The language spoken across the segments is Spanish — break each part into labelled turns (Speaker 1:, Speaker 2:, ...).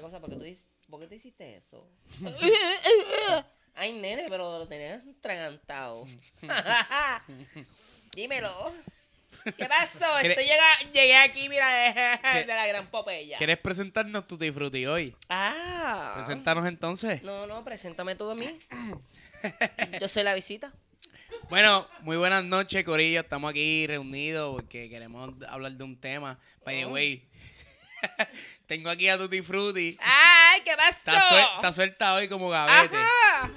Speaker 1: cosa, porque tú dices, ¿por qué tú hiciste eso? Ay, nene, pero lo tenías tragantado. Dímelo. ¿Qué pasó?
Speaker 2: ¿Quieres-
Speaker 1: Estoy llega- llegué aquí, mira, de,
Speaker 2: ¿Quieres-
Speaker 1: de la gran popella.
Speaker 2: ¿Quieres presentarnos tu disfrutí hoy?
Speaker 1: Ah.
Speaker 2: Presentarnos entonces.
Speaker 1: No, no, preséntame tú a mí. Yo soy la visita.
Speaker 2: Bueno, muy buenas noches, Corillo. Estamos aquí reunidos porque queremos hablar de un tema. By the
Speaker 1: Oh.
Speaker 2: way, tengo aquí a Tutti Frutti.
Speaker 1: ¡Ay, qué pasó!
Speaker 2: Está, suel- está suelta hoy como gavete.
Speaker 1: Ajá.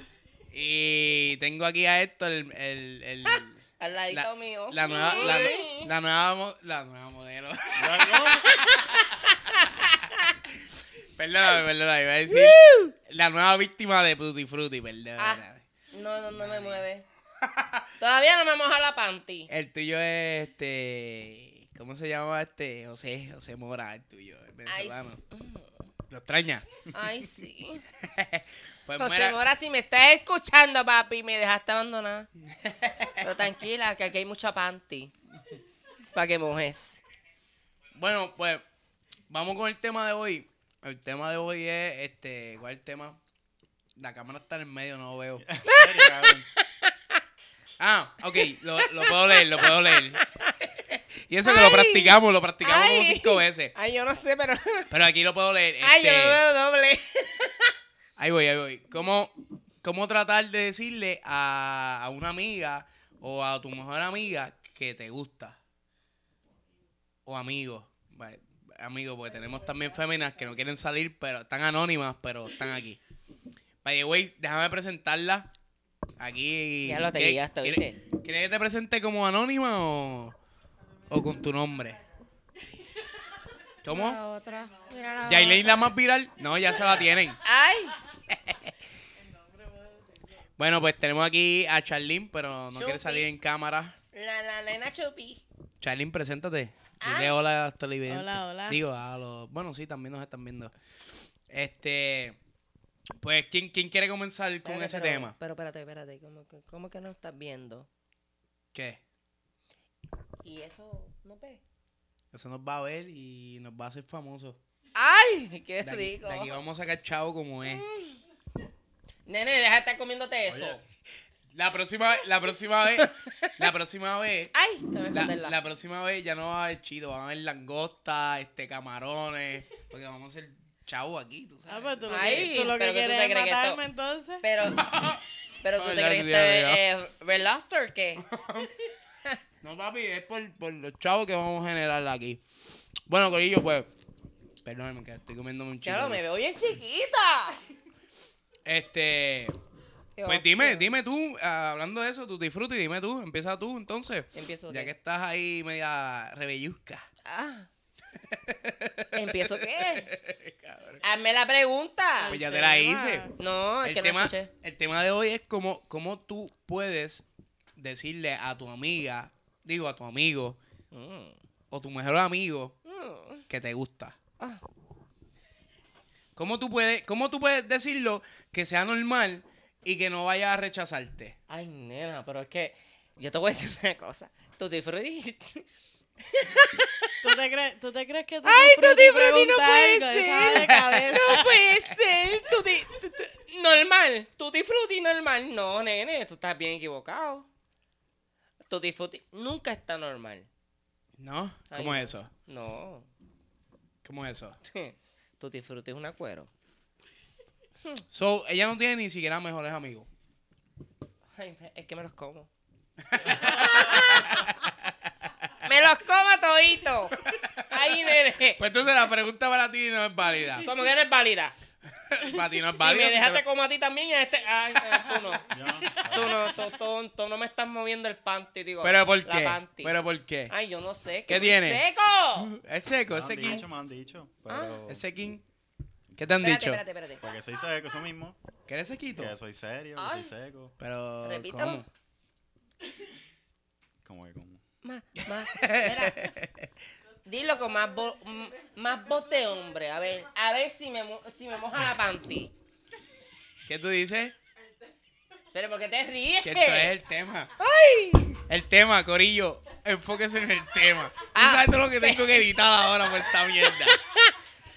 Speaker 2: Y tengo aquí a Héctor, el... el- el-
Speaker 1: Al ladito
Speaker 2: la,
Speaker 1: mío.
Speaker 2: la nueva, la, la nueva, mo- la nueva modelo. perdóname, perdóname, iba a decir la nueva víctima de Tutti Frutti, perdóname.
Speaker 1: Ah. No, no, no me mueve. Todavía no me moja la panty.
Speaker 2: El tuyo es este. ¿Cómo se llama este? José, José Mora, el tuyo, el
Speaker 1: Ay,
Speaker 2: venezolano.
Speaker 1: sí.
Speaker 2: Lo extraña.
Speaker 1: Ay, sí.
Speaker 2: Pues
Speaker 1: José
Speaker 2: mira,
Speaker 1: Mora, si me estás escuchando, papi, me dejaste abandonada. Pero tranquila, que aquí hay mucha panty. Para que mojes.
Speaker 2: Bueno, pues vamos con el tema de hoy. El tema de hoy es este. ¿Cuál es el tema? La cámara está en el medio, no lo veo. Ah, ok, lo, lo puedo leer, lo puedo leer. Y eso que lo
Speaker 1: Ay.
Speaker 2: practicamos, lo practicamos como
Speaker 1: Ay.
Speaker 2: cinco veces.
Speaker 1: Ay, yo no sé, pero.
Speaker 2: Pero aquí lo puedo leer.
Speaker 1: Ay, yo
Speaker 2: este,
Speaker 1: lo veo doble.
Speaker 2: Ahí voy, ahí voy. ¿Cómo, cómo tratar de decirle a, a una amiga o a tu mejor amiga que te gusta? O amigo. Vale, Amigo, porque tenemos también féminas que no quieren salir, pero están anónimas, pero están aquí. By the way, déjame presentarla. Aquí.
Speaker 1: Ya lo te
Speaker 2: ¿Qué-
Speaker 1: guiaste,
Speaker 2: quiere-
Speaker 1: ¿viste?
Speaker 2: ¿Quieres que te presente como anónima o, o con tu nombre? ¿Cómo?
Speaker 1: otra. Mira la
Speaker 2: ¿Yailin la más viral? No, ya se la tienen.
Speaker 1: Ay,
Speaker 2: Bueno, pues tenemos aquí a Charlene, pero no
Speaker 1: Chupi.
Speaker 2: quiere salir en cámara.
Speaker 1: la, la nena chupi.
Speaker 2: Charlene, preséntate. Dile hola a los televidentes.
Speaker 3: Ah. Hola, hola.
Speaker 2: Digo, a los... Bueno, sí, también nos están viendo. Este... Pues, ¿quién, quién quiere comenzar con
Speaker 1: Espérate,
Speaker 2: ese
Speaker 1: pero-
Speaker 2: tema?
Speaker 1: Pero espérate, espérate. ¿Cómo, que- cómo que no estás viendo?
Speaker 2: ¿Qué?
Speaker 1: Y eso no ve.
Speaker 2: Eso nos va a ver y nos va a hacer famosos.
Speaker 1: ¡Ay! ¡Qué
Speaker 2: De aquí,
Speaker 1: rico!
Speaker 2: de aquí vamos a sacar chavo como es.
Speaker 3: Mm.
Speaker 1: Nene, deja de estar comiéndote eso.
Speaker 2: La próxima, la próxima vez... La próxima vez...
Speaker 1: ¡Ay! Te voy a
Speaker 2: La,
Speaker 1: esconderla.
Speaker 2: la próxima vez ya no va a haber chido, van a haber langosta, este, camarones, porque vamos a ser chavo aquí, tú
Speaker 3: Ah,
Speaker 2: sabes.
Speaker 3: pero tú lo
Speaker 1: Ay,
Speaker 3: que, tú lo
Speaker 1: pero
Speaker 3: que
Speaker 1: que tú
Speaker 3: quieres
Speaker 1: te
Speaker 3: es
Speaker 1: crees que esto-
Speaker 3: matarme entonces.
Speaker 1: Pero, pero tú
Speaker 2: Ay,
Speaker 1: te
Speaker 2: ya,
Speaker 1: crees que
Speaker 2: ya, ya.
Speaker 1: este es Red Lobster, ¿qué?
Speaker 2: No, papi, es por, por los chavos que vamos a generar aquí. Bueno, Corillo, pues. Perdóname que estoy comiéndome un chido.
Speaker 1: Claro, me veo bien chiquita.
Speaker 2: Este. Pues dime, dime tú, ah, hablando de eso, tú disfruta y dime tú, empieza tú entonces.
Speaker 1: Empiezo,
Speaker 2: Ya
Speaker 1: ok.
Speaker 2: que estás ahí media rebellusca.
Speaker 1: Ah. ¿Empiezo qué? Hazme la pregunta.
Speaker 2: Pues ya
Speaker 3: El
Speaker 2: te la
Speaker 3: tema.
Speaker 2: hice.
Speaker 1: No, Ah, es
Speaker 2: El
Speaker 1: que no
Speaker 2: tema,
Speaker 1: escuché.
Speaker 2: el tema de hoy es cómo, cómo tú puedes decirle a tu amiga, digo, a tu amigo
Speaker 1: Mm.
Speaker 2: o tu mejor amigo
Speaker 1: Mm.
Speaker 2: que te gusta.
Speaker 1: Ah.
Speaker 2: ¿Cómo tú puedes, cómo tú puedes decirlo que sea normal y que no vaya a rechazarte?
Speaker 1: Ay, nena, pero es que yo te voy a decir una cosa. Tú disfrutaste.
Speaker 3: ¿Tú te, crees, ¿Tú te crees que tú
Speaker 1: Ay, Tutti Frutti, no
Speaker 3: pregunta
Speaker 1: puede
Speaker 3: algo?
Speaker 1: ser.
Speaker 3: Esa va de cabeza.
Speaker 1: No puede ser. Tutti, tu- tu- normal. Tutti frutti normal. No, nene, tú estás bien equivocado. Tutti frutti nunca está normal.
Speaker 2: ¿No? ¿Cómo
Speaker 1: Ay,
Speaker 2: es eso?
Speaker 1: No.
Speaker 2: ¿Cómo es eso?
Speaker 1: Tutti frutti es un acuero.
Speaker 2: So, ella no tiene ni siquiera mejores amigos.
Speaker 1: Ay, me- es que me los como. me los como todito. Ay, nene.
Speaker 2: Pues entonces la pregunta para ti no es válida.
Speaker 1: Como que eres válida.
Speaker 2: Para ti no es
Speaker 1: Si
Speaker 2: válida.
Speaker 1: me
Speaker 2: si te
Speaker 1: dejaste
Speaker 2: lo-
Speaker 1: como a ti también, a este. Ay, eh, tú no. Tú no, tú, tú- tú no me estás moviendo el panty, digo.
Speaker 2: ¿Pero por
Speaker 1: la
Speaker 2: qué?
Speaker 1: panty.
Speaker 2: ¿Pero por qué?
Speaker 1: Ay, yo no sé.
Speaker 2: ¿Qué
Speaker 1: que muy
Speaker 2: tiene?
Speaker 1: ¡Seco!
Speaker 2: Es seco,
Speaker 4: Me
Speaker 2: es
Speaker 4: han dicho,
Speaker 2: sequín.
Speaker 4: me han dicho.
Speaker 1: Ah,
Speaker 4: Pero
Speaker 2: Es sequín. ¿Qué te han
Speaker 1: Espérate,
Speaker 2: dicho?
Speaker 1: espérate, espérate.
Speaker 4: Porque soy seco, eso mismo.
Speaker 2: ¿Que eres sequito?
Speaker 4: Que soy serio, que
Speaker 1: Ay.
Speaker 4: soy seco.
Speaker 2: Pero,
Speaker 1: Repítalo.
Speaker 2: ¿cómo?
Speaker 4: Como que como.
Speaker 1: Más, más, espera. Dilo con más, bo- m- más bote, hombre. A ver, a ver si me, mo- si me moja la panty.
Speaker 2: ¿Qué tú dices?
Speaker 1: Pero ¿por qué te ríes?
Speaker 2: Cierto, es el tema. El tema, Corillo. Enfóquese en el tema. Tú
Speaker 1: Ah.
Speaker 2: sabes todo lo que tengo que editar ahora por esta mierda.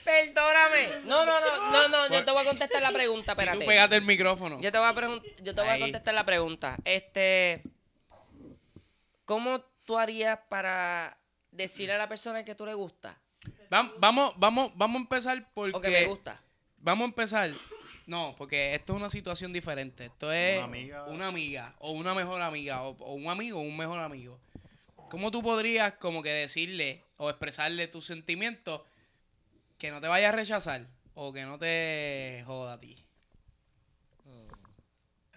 Speaker 1: Perdóname. No, no, no, no, no, yo te voy a contestar la pregunta,
Speaker 2: Y
Speaker 1: espérate.
Speaker 2: tú pégate el micrófono.
Speaker 1: Yo te voy a pregun- yo te voy a
Speaker 2: Ahí.
Speaker 1: contestar la pregunta. Este, ¿cómo tú harías para decirle a la persona que tú le gusta
Speaker 2: Vam- vamos, vamos, vamos a empezar porque.
Speaker 1: o que me gusta?
Speaker 2: Vamos a empezar. No, porque esto es una situación diferente. Esto es
Speaker 4: Una amiga.
Speaker 2: una amiga, o una mejor amiga o, o un amigo o un mejor amigo. ¿Cómo tú podrías como que decirle o expresarle tus sentimientos que no te vaya a rechazar o que no te joda a ti?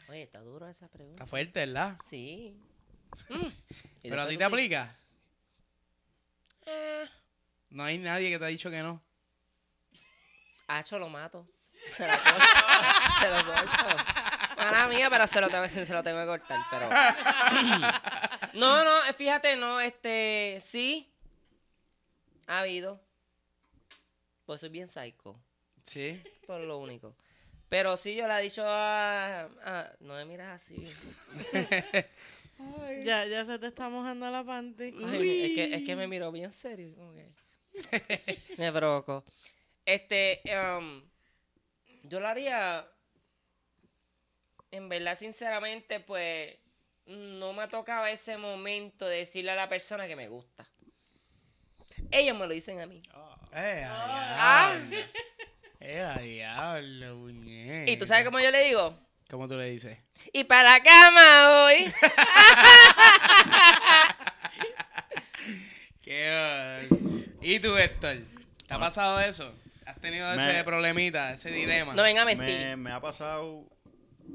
Speaker 1: Oye, está dura esa pregunta.
Speaker 2: Está fuerte, ¿verdad?
Speaker 1: Sí. Mm.
Speaker 2: Pero a ti te aplica.
Speaker 1: Eh.
Speaker 2: No hay nadie que te ha dicho que no.
Speaker 1: Hacho lo mato. Se lo corto. se lo corto. Mala mía, pero se lo tengo, se lo tengo que cortar, pero. No, no, eh, fíjate, no, este. Sí. Ha habido. Pues soy bien psycho.
Speaker 2: Sí.
Speaker 1: Por lo único. Pero sí, yo le he dicho a. a- no me miras así.
Speaker 3: Ya, ya se te está mojando la panty. eh,
Speaker 1: Ay, es, que, es que me miró bien serio. como que- me provocó. Este, em, yo lo haría. En verdad, sinceramente, pues no me ha tocado ese momento de decirle a la persona que me gusta. Ellos me lo dicen a mí.
Speaker 2: Eh,
Speaker 1: Oh. Ah.
Speaker 2: a diablo. Eh, a diablo, muñe.
Speaker 1: Y tú sabes cómo yo le digo.
Speaker 2: ¿Cómo tú le dices?
Speaker 1: Y para la cama hoy.
Speaker 2: Qué bueno. ¿Y tú, Héctor? ¿Te ha pasado eso? ¿Has tenido
Speaker 4: Me-
Speaker 2: ese problemita, ese dilema?
Speaker 1: No venga a
Speaker 4: Me,
Speaker 1: mentir.
Speaker 4: me ha pasado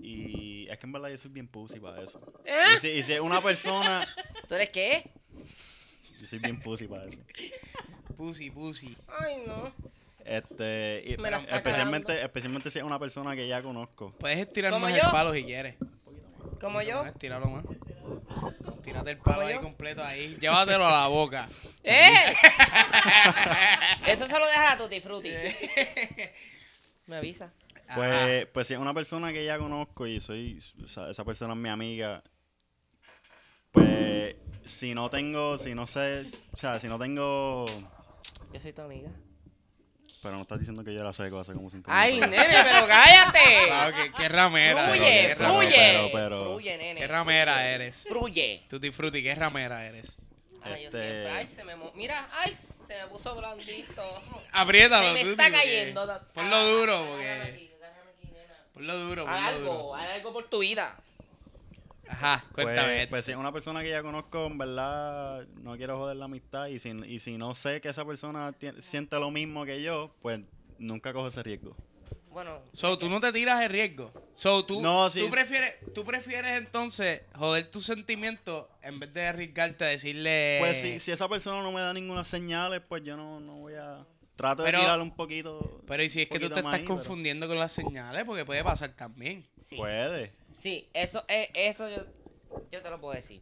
Speaker 4: y es que en verdad yo soy bien pussy para eso.
Speaker 1: ¿Eh?
Speaker 4: Y si, y si es una persona,
Speaker 1: ¿Tú eres qué?
Speaker 4: yo soy bien pussy para eso.
Speaker 2: Pussy, pussy.
Speaker 1: Ay, no.
Speaker 4: Este, y-
Speaker 1: Me la está
Speaker 4: especialmente, especialmente si es una persona que ya conozco.
Speaker 2: Puedes estirar
Speaker 1: ¿Como
Speaker 2: más
Speaker 1: yo?
Speaker 2: el palo si quieres.
Speaker 1: Como yo.
Speaker 2: Puedes estirarlo más. Tírate el palo
Speaker 1: ¿Como
Speaker 2: ahí
Speaker 1: yo?
Speaker 2: completo ahí. Llévatelo a la boca.
Speaker 1: ¡Eh! Eso se lo deja a Tutti Frutti. Me avisa.
Speaker 4: Pues, pues si es una persona que ya conozco y soy, o sea, esa persona es mi amiga, pues si no tengo, si no sé, o sea, si no tengo...
Speaker 1: Yo soy tu amiga.
Speaker 4: Pero no estás diciendo que yo la seco hace como cinco
Speaker 1: Ay,
Speaker 4: minutos.
Speaker 1: nene, pero cállate.
Speaker 2: Claro, qué, qué ramera.
Speaker 1: Fluye,
Speaker 2: qué
Speaker 4: pero-
Speaker 2: ramera.
Speaker 1: fluye.
Speaker 4: pero- pero-
Speaker 1: Fluye,
Speaker 2: Qué
Speaker 1: nene.
Speaker 2: ramera eres.
Speaker 1: Fluye.
Speaker 2: Tutti frutti, qué ramera eres.
Speaker 1: Ay, yo
Speaker 4: Este-
Speaker 1: siempre. Ay, se me mo- Mira, ay, se me puso blandito.
Speaker 2: Apriétalo,
Speaker 1: Se me
Speaker 2: Tutti,
Speaker 1: está
Speaker 2: porque-
Speaker 1: cayendo.
Speaker 2: Ponlo duro,
Speaker 1: Agárrame
Speaker 2: porque...
Speaker 1: ah, aquí, agárrame aquí, nena.
Speaker 2: Ponlo duro,
Speaker 1: Haz
Speaker 2: ponlo duro.
Speaker 1: algo, haz algo por tu vida.
Speaker 2: Ajá, cuéntame.
Speaker 4: Pues,
Speaker 2: Héctor.
Speaker 4: pues si es una persona que ya conozco, en verdad no quiero joder la amistad y si, y si no sé que esa persona tie- siente lo mismo que yo, pues nunca cojo ese riesgo.
Speaker 1: Bueno,
Speaker 2: So, tú no te tiras el riesgo. So, tú,
Speaker 4: No,
Speaker 2: tú,
Speaker 4: sí.
Speaker 2: prefieres, tú prefieres entonces joder tus sentimientos en vez de arriesgarte a decirle.
Speaker 4: Pues si, si esa persona no me da ninguna señales, pues yo no, no voy a... Trato
Speaker 2: Pero-
Speaker 4: de tirar un poquito.
Speaker 2: Pero y si es que tú
Speaker 4: poquito
Speaker 2: te
Speaker 4: más
Speaker 2: estás
Speaker 4: ahí, pero-
Speaker 2: confundiendo con las señales, porque puede pasar también.
Speaker 1: sí.
Speaker 4: Puede.
Speaker 1: Sí, eso, eh, eso yo, yo te lo puedo decir.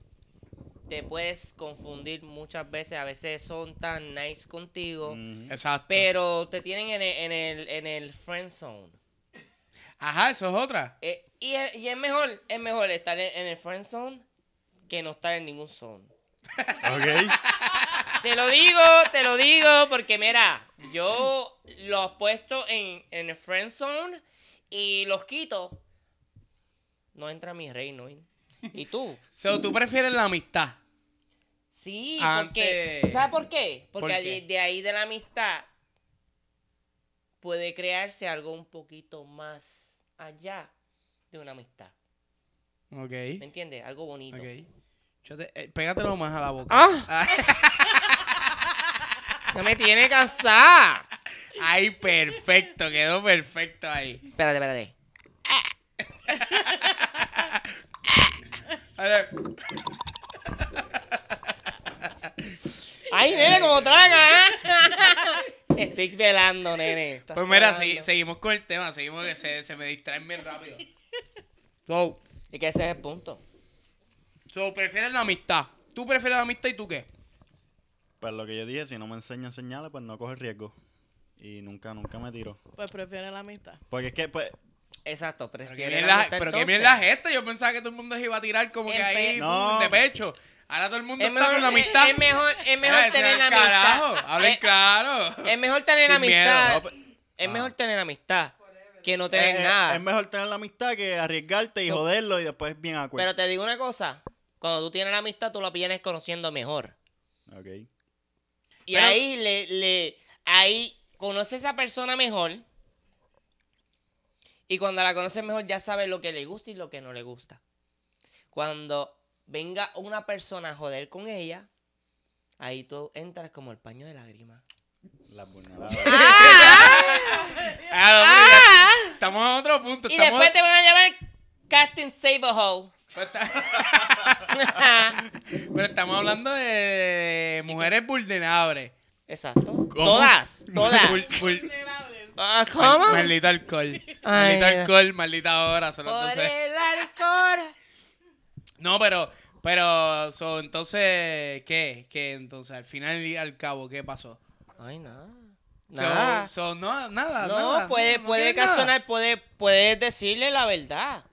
Speaker 1: Te puedes confundir muchas veces, a veces son tan nice contigo,
Speaker 2: Mm.
Speaker 4: Ujú.
Speaker 2: Exacto.
Speaker 1: pero te tienen en el, en el, en el friend zone.
Speaker 2: Ajá, eso es otra.
Speaker 1: Eh, y, es- y es mejor, es mejor estar en, en el friend zone que no estar en ningún zone.
Speaker 4: Ok.
Speaker 1: Te lo digo, te lo digo, porque mira, yo los puesto en, en el friend zone y los quito. No entra a mi reino. ¿eh? ¿Y tú?
Speaker 2: So, tú prefieres la amistad.
Speaker 1: Sí,
Speaker 2: Ante-
Speaker 1: porque. ¿Sabes por qué?
Speaker 2: ¿Por
Speaker 1: Porque
Speaker 2: qué?
Speaker 1: allí- de ahí de la amistad puede crearse algo un poquito más allá de una amistad.
Speaker 2: Ok.
Speaker 1: ¿Me entiendes? Algo bonito.
Speaker 2: Ok. Yo te- eh, pégatelo más a la boca.
Speaker 1: ¡Ah! ¡No me tiene cansada!
Speaker 2: Ay, perfecto, quedó perfecto ahí.
Speaker 1: Espérate, espérate.
Speaker 2: A ver,
Speaker 1: ¡Ay, nene, como traga! ¿eh? Estoy velando, nene. Estás
Speaker 2: Pues mira,
Speaker 1: velando.
Speaker 2: segui- seguimos con el tema, seguimos que se, se me distraen bien rápido. So,
Speaker 1: Y que ese es el punto.
Speaker 2: So, prefieres la amistad. ¿Tú prefieres la amistad y tú qué?
Speaker 4: Pues lo que yo dije, si no me enseñan señales, pues no cojo el riesgo. Y nunca, nunca me tiro.
Speaker 3: Pues prefiere la amistad.
Speaker 4: Porque es que, pues,
Speaker 1: Exacto,
Speaker 2: Pero
Speaker 1: prefiero.
Speaker 2: qué mierda, pero qué mierda es esta. Yo pensaba que todo el mundo se iba a tirar como que
Speaker 1: En
Speaker 2: ahí
Speaker 1: pe-
Speaker 2: pum,
Speaker 4: No.
Speaker 2: de pecho. Ahora todo el mundo
Speaker 1: Es
Speaker 2: está
Speaker 1: mejor,
Speaker 2: con la
Speaker 1: es-
Speaker 2: amistad.
Speaker 1: es mejor, es mejor
Speaker 2: Mira,
Speaker 1: tener
Speaker 2: decían,
Speaker 1: amistad.
Speaker 2: Carajo, hablen
Speaker 1: Eh,
Speaker 2: claro.
Speaker 1: Es mejor tener
Speaker 2: Sin miedo,
Speaker 1: amistad.
Speaker 2: no,
Speaker 1: es mejor tener amistad que no tener
Speaker 4: Eh,
Speaker 1: nada.
Speaker 4: Es mejor tener la amistad que arriesgarte y
Speaker 1: No.
Speaker 4: joderlo y después bien acuerdo.
Speaker 1: Pero te digo una cosa, cuando tú tienes la amistad, tú la vienes conociendo mejor.
Speaker 4: Ok.
Speaker 1: Y
Speaker 2: Pero-
Speaker 1: ahí le, le, ahí conoces a esa persona mejor. Y cuando la conoces mejor, ya sabes lo que le gusta y lo que no le gusta. Cuando venga una persona a joder con ella, ahí tú entras como el paño de lágrimas.
Speaker 4: Las vulnerables.
Speaker 2: Ah, hombre, ya- Estamos a otro punto.
Speaker 1: Y
Speaker 2: estamos-
Speaker 1: después te van a llamar Casting Saberhole.
Speaker 2: pero está- Pero estamos hablando de mujeres vulnerables.
Speaker 1: Exacto.
Speaker 2: ¿Cómo?
Speaker 1: Todas, todas.
Speaker 2: Vul- vul-
Speaker 1: Ah, ¿Cómo?
Speaker 2: Maldito alcohol.
Speaker 1: Ay,
Speaker 2: Maldito
Speaker 1: mira.
Speaker 2: alcohol, maldita hora. Son las
Speaker 1: Por
Speaker 2: 12.
Speaker 1: el alcohol.
Speaker 2: No, pero, pero, so, entonces, ¿qué? ¿Qué? Entonces, al final y al cabo, ¿qué pasó?
Speaker 1: Ay, nada.
Speaker 2: So-
Speaker 1: Nada.
Speaker 2: So, no, nada,
Speaker 1: no,
Speaker 2: nada,
Speaker 1: puede,
Speaker 2: no
Speaker 1: puede
Speaker 2: tiene nada.
Speaker 1: ocasionar, puede, puede decirle la verdad.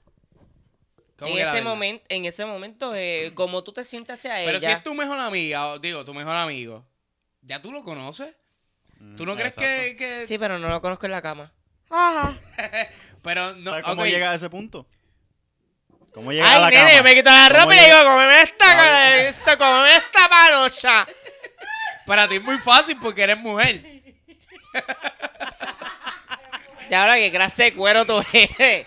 Speaker 2: ¿Cómo
Speaker 1: En
Speaker 2: que la
Speaker 1: ese,
Speaker 2: verdad?
Speaker 1: momento, en ese momento, eh, como tú te sientes hacia
Speaker 2: Pero
Speaker 1: ella.
Speaker 2: si es tu mejor amiga, o, digo, tu mejor amigo, ¿ya tú lo conoces? ¿Tú no
Speaker 4: Mm,
Speaker 2: crees
Speaker 4: exacto.
Speaker 2: que, que-
Speaker 1: Sí, pero no lo conozco en la cama.
Speaker 2: Pero, no,
Speaker 4: ¿Sabes cómo
Speaker 2: ok.
Speaker 4: llega a ese punto? ¿Cómo llega a
Speaker 1: Ay,
Speaker 4: la
Speaker 1: nene,
Speaker 4: cama?
Speaker 1: me quito la ropa
Speaker 4: ¿Cómo
Speaker 1: y le
Speaker 4: llega?
Speaker 1: digo, cómeme esta,
Speaker 4: Está
Speaker 1: co-
Speaker 4: bien.
Speaker 1: esta, cómeme esta panocha.
Speaker 2: para ti es muy fácil porque eres mujer.
Speaker 1: Y ahora que grasa de cuero tú eres.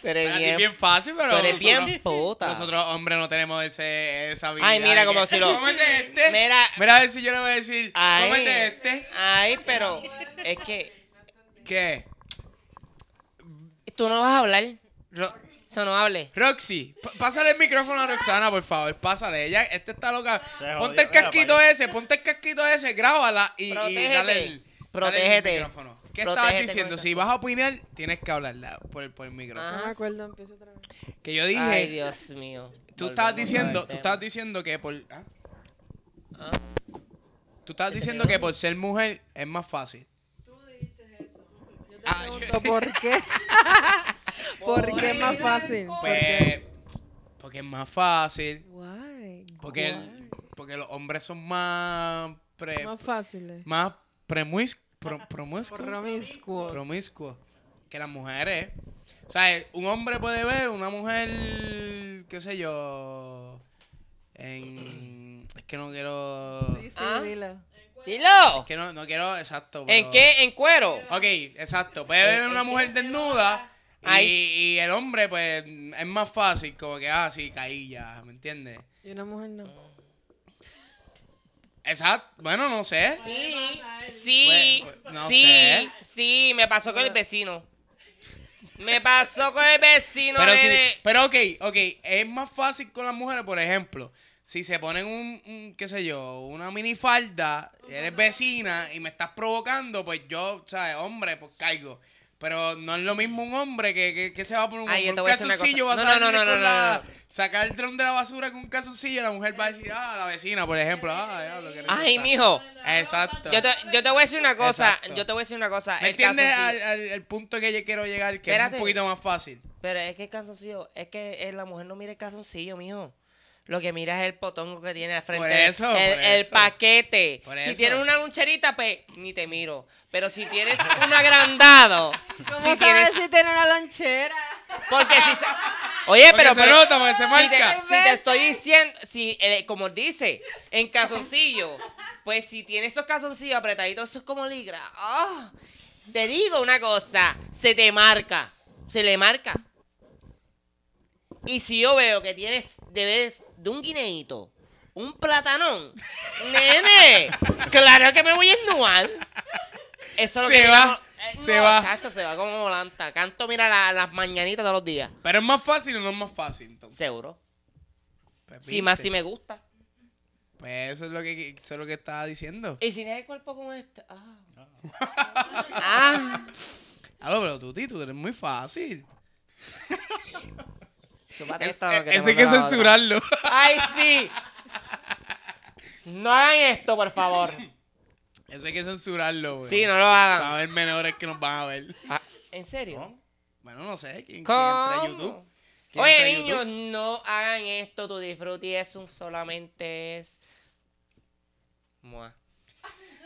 Speaker 1: Tú eres
Speaker 2: Para ti
Speaker 1: bien,
Speaker 2: es bien fácil, pero
Speaker 1: tú eres
Speaker 2: nosotros-
Speaker 1: bien puta.
Speaker 2: Nosotros, hombres, no tenemos ese, esa habilidad.
Speaker 1: Ay, mira
Speaker 2: de
Speaker 1: como
Speaker 2: que,
Speaker 1: si lo-
Speaker 2: "Cómete este".
Speaker 1: Mira-
Speaker 2: Mira a ver si yo le voy a decir,
Speaker 1: Ay,
Speaker 2: cómete este.
Speaker 1: Ay, pero es que
Speaker 2: ¿Qué?
Speaker 1: tú no vas a hablar.
Speaker 2: Ro-
Speaker 1: Eso no hable.
Speaker 2: Roxy, p- pásale el micrófono a Roxana, por favor, pásale. Ella, esta está loca.
Speaker 4: Se jodió,
Speaker 2: Ponte el
Speaker 4: mira,
Speaker 2: casquito
Speaker 4: pa'
Speaker 2: ese, ponte el casquito ese, grábala y, y
Speaker 1: Protégete.
Speaker 2: dale el,
Speaker 1: Protégete.
Speaker 2: dale el micrófono. ¿Qué
Speaker 1: Protégete
Speaker 2: estabas
Speaker 1: con
Speaker 2: diciendo?
Speaker 1: el
Speaker 2: Si vas a opinar, tienes que hablarla por el, por el micrófono.
Speaker 1: Ah.
Speaker 3: No me acuerdo, empiezo otra vez.
Speaker 2: Que yo dije,
Speaker 1: Ay, Dios mío. este.
Speaker 2: tú
Speaker 1: Volvemos
Speaker 2: estabas
Speaker 1: al
Speaker 2: diciendo, tú
Speaker 1: tema.
Speaker 2: estabas diciendo que por ah,
Speaker 1: Ah,
Speaker 2: tú estabas
Speaker 1: ¿Qué te
Speaker 2: diciendo
Speaker 1: digo?
Speaker 2: que por ser mujer es más fácil. Ah, yo-
Speaker 3: Pregunto, ¿Por qué? ¿Por qué es más fácil? ¿Por qué?
Speaker 2: pues, porque es más fácil,
Speaker 3: Guay.
Speaker 2: porque el- eh,
Speaker 3: guay.
Speaker 2: porque los hombres son más pre-
Speaker 3: Más
Speaker 5: eh.
Speaker 3: fáciles.
Speaker 2: más premuis- pro- promiscuos.
Speaker 3: Promiscuos.
Speaker 2: promiscuo que las mujeres. O sea, eh, un hombre puede ver una mujer, qué sé yo, en... Es que no quiero...
Speaker 3: Sí, sí,
Speaker 1: Ah.
Speaker 3: dilo.
Speaker 1: Dilo.
Speaker 2: Es que no, no quiero, exacto.
Speaker 1: ¿En
Speaker 2: pero-
Speaker 1: qué? ¿En cuero?
Speaker 2: Ok, exacto. Puede ver una mujer desnuda
Speaker 1: Ay.
Speaker 2: y, y el hombre, pues, es más fácil, como que, ah, sí, caí ya, ¿me entiendes?
Speaker 3: Y una mujer no.
Speaker 2: Exacto. Bueno, no sé.
Speaker 1: Sí, sí,
Speaker 2: Pues, pues, no
Speaker 1: sí,
Speaker 2: sé.
Speaker 1: sí, me pasó con el vecino. Me pasó con el vecino,
Speaker 2: Pero, si-
Speaker 1: nene.
Speaker 2: pero ok, ok, es más fácil con las mujeres, por ejemplo, si se ponen un, un, qué sé yo, una minifalda, eres vecina y me estás provocando, pues yo, ¿sabes? Hombre, pues caigo. Pero no es lo mismo un hombre que, que, que se va a poner un,
Speaker 1: Ay, yo
Speaker 2: con
Speaker 1: te
Speaker 2: un
Speaker 1: voy a decir una
Speaker 2: calzoncillo, va a
Speaker 1: cosa.
Speaker 2: salir
Speaker 1: No, no, no, no,
Speaker 2: con
Speaker 1: no,
Speaker 2: la-
Speaker 1: no, no.
Speaker 2: sacar el dron de la basura con un calzoncillo, la mujer va a decir, ah, la vecina, por ejemplo, ah, diablo, qué rico
Speaker 1: Ay,
Speaker 2: está".
Speaker 1: mijo.
Speaker 2: Exacto.
Speaker 1: Yo te, yo te voy a decir una cosa.
Speaker 2: Exacto.
Speaker 1: Yo te voy a decir una cosa.
Speaker 2: ¿Me
Speaker 1: el caso
Speaker 2: entiendes
Speaker 1: sí-
Speaker 2: al, al- al punto que yo quiero llegar, que es
Speaker 1: Espérate.
Speaker 2: un poquito más fácil?
Speaker 1: Pero es que el calzoncillo, es que eh, la mujer no mira el calzoncillo, mijo. Lo que mira es el potongo que tiene al frente.
Speaker 2: Por eso,
Speaker 1: el,
Speaker 2: por
Speaker 1: el
Speaker 2: eso.
Speaker 1: paquete.
Speaker 2: Por eso.
Speaker 1: Si tienes una loncherita, pues ni te miro. Pero si tienes un agrandado.
Speaker 3: ¿Cómo
Speaker 1: si
Speaker 3: sabes
Speaker 1: tienes-
Speaker 3: si tiene una lonchera?
Speaker 1: Porque si. sa- Oye,
Speaker 2: Porque
Speaker 1: pero.
Speaker 2: se
Speaker 1: pero-
Speaker 2: nota, porque
Speaker 1: si
Speaker 2: se
Speaker 1: te-
Speaker 2: marca.
Speaker 1: Si te, estoy diciendo. Si, eh, como dice, en calzoncillo. Pues si tiene esos calzoncillos apretaditos, esos como ligra. ah, te digo una cosa. Se te marca. Se le marca. Y si yo veo que tienes. Debes de un guineíto. Un platanón. Nene. Claro que me voy a ennuar. Eso es lo
Speaker 2: Se
Speaker 1: que mira
Speaker 2: va,
Speaker 1: como-
Speaker 2: se
Speaker 1: no,
Speaker 2: va.
Speaker 1: chacho, se va como volanta. Canto, mira la- las mañanitas todos los días.
Speaker 2: Pero es más fácil o no es más fácil, entonces.
Speaker 1: Seguro.
Speaker 2: Pues,
Speaker 1: Si más
Speaker 2: ¿viste?
Speaker 1: si me gusta.
Speaker 2: Pues eso es lo que eso es lo que estaba diciendo.
Speaker 1: Y si tienes el cuerpo como este. Ah. ah.
Speaker 2: Hablo, pero tú, Tito, eres muy fácil.
Speaker 1: Chúpate
Speaker 2: Eh,
Speaker 1: esta, lo te
Speaker 2: eso hay que
Speaker 1: mando la otra.
Speaker 2: censurarlo.
Speaker 1: Ay, sí. No hagan esto, por favor.
Speaker 2: Eso hay que censurarlo, pues. güey.
Speaker 1: Sí, no lo hagan.
Speaker 2: Para ver menores que nos van a ver.
Speaker 1: Ah, ¿En serio?
Speaker 4: ¿No?
Speaker 2: Bueno, no sé. ¿Quién, quién entra a
Speaker 1: ¿Cómo?
Speaker 2: YouTube? ¿Quién entra a
Speaker 1: Oye,
Speaker 2: YouTube?
Speaker 1: niños, no hagan esto. Tu disfrute es un solamente es. Mua.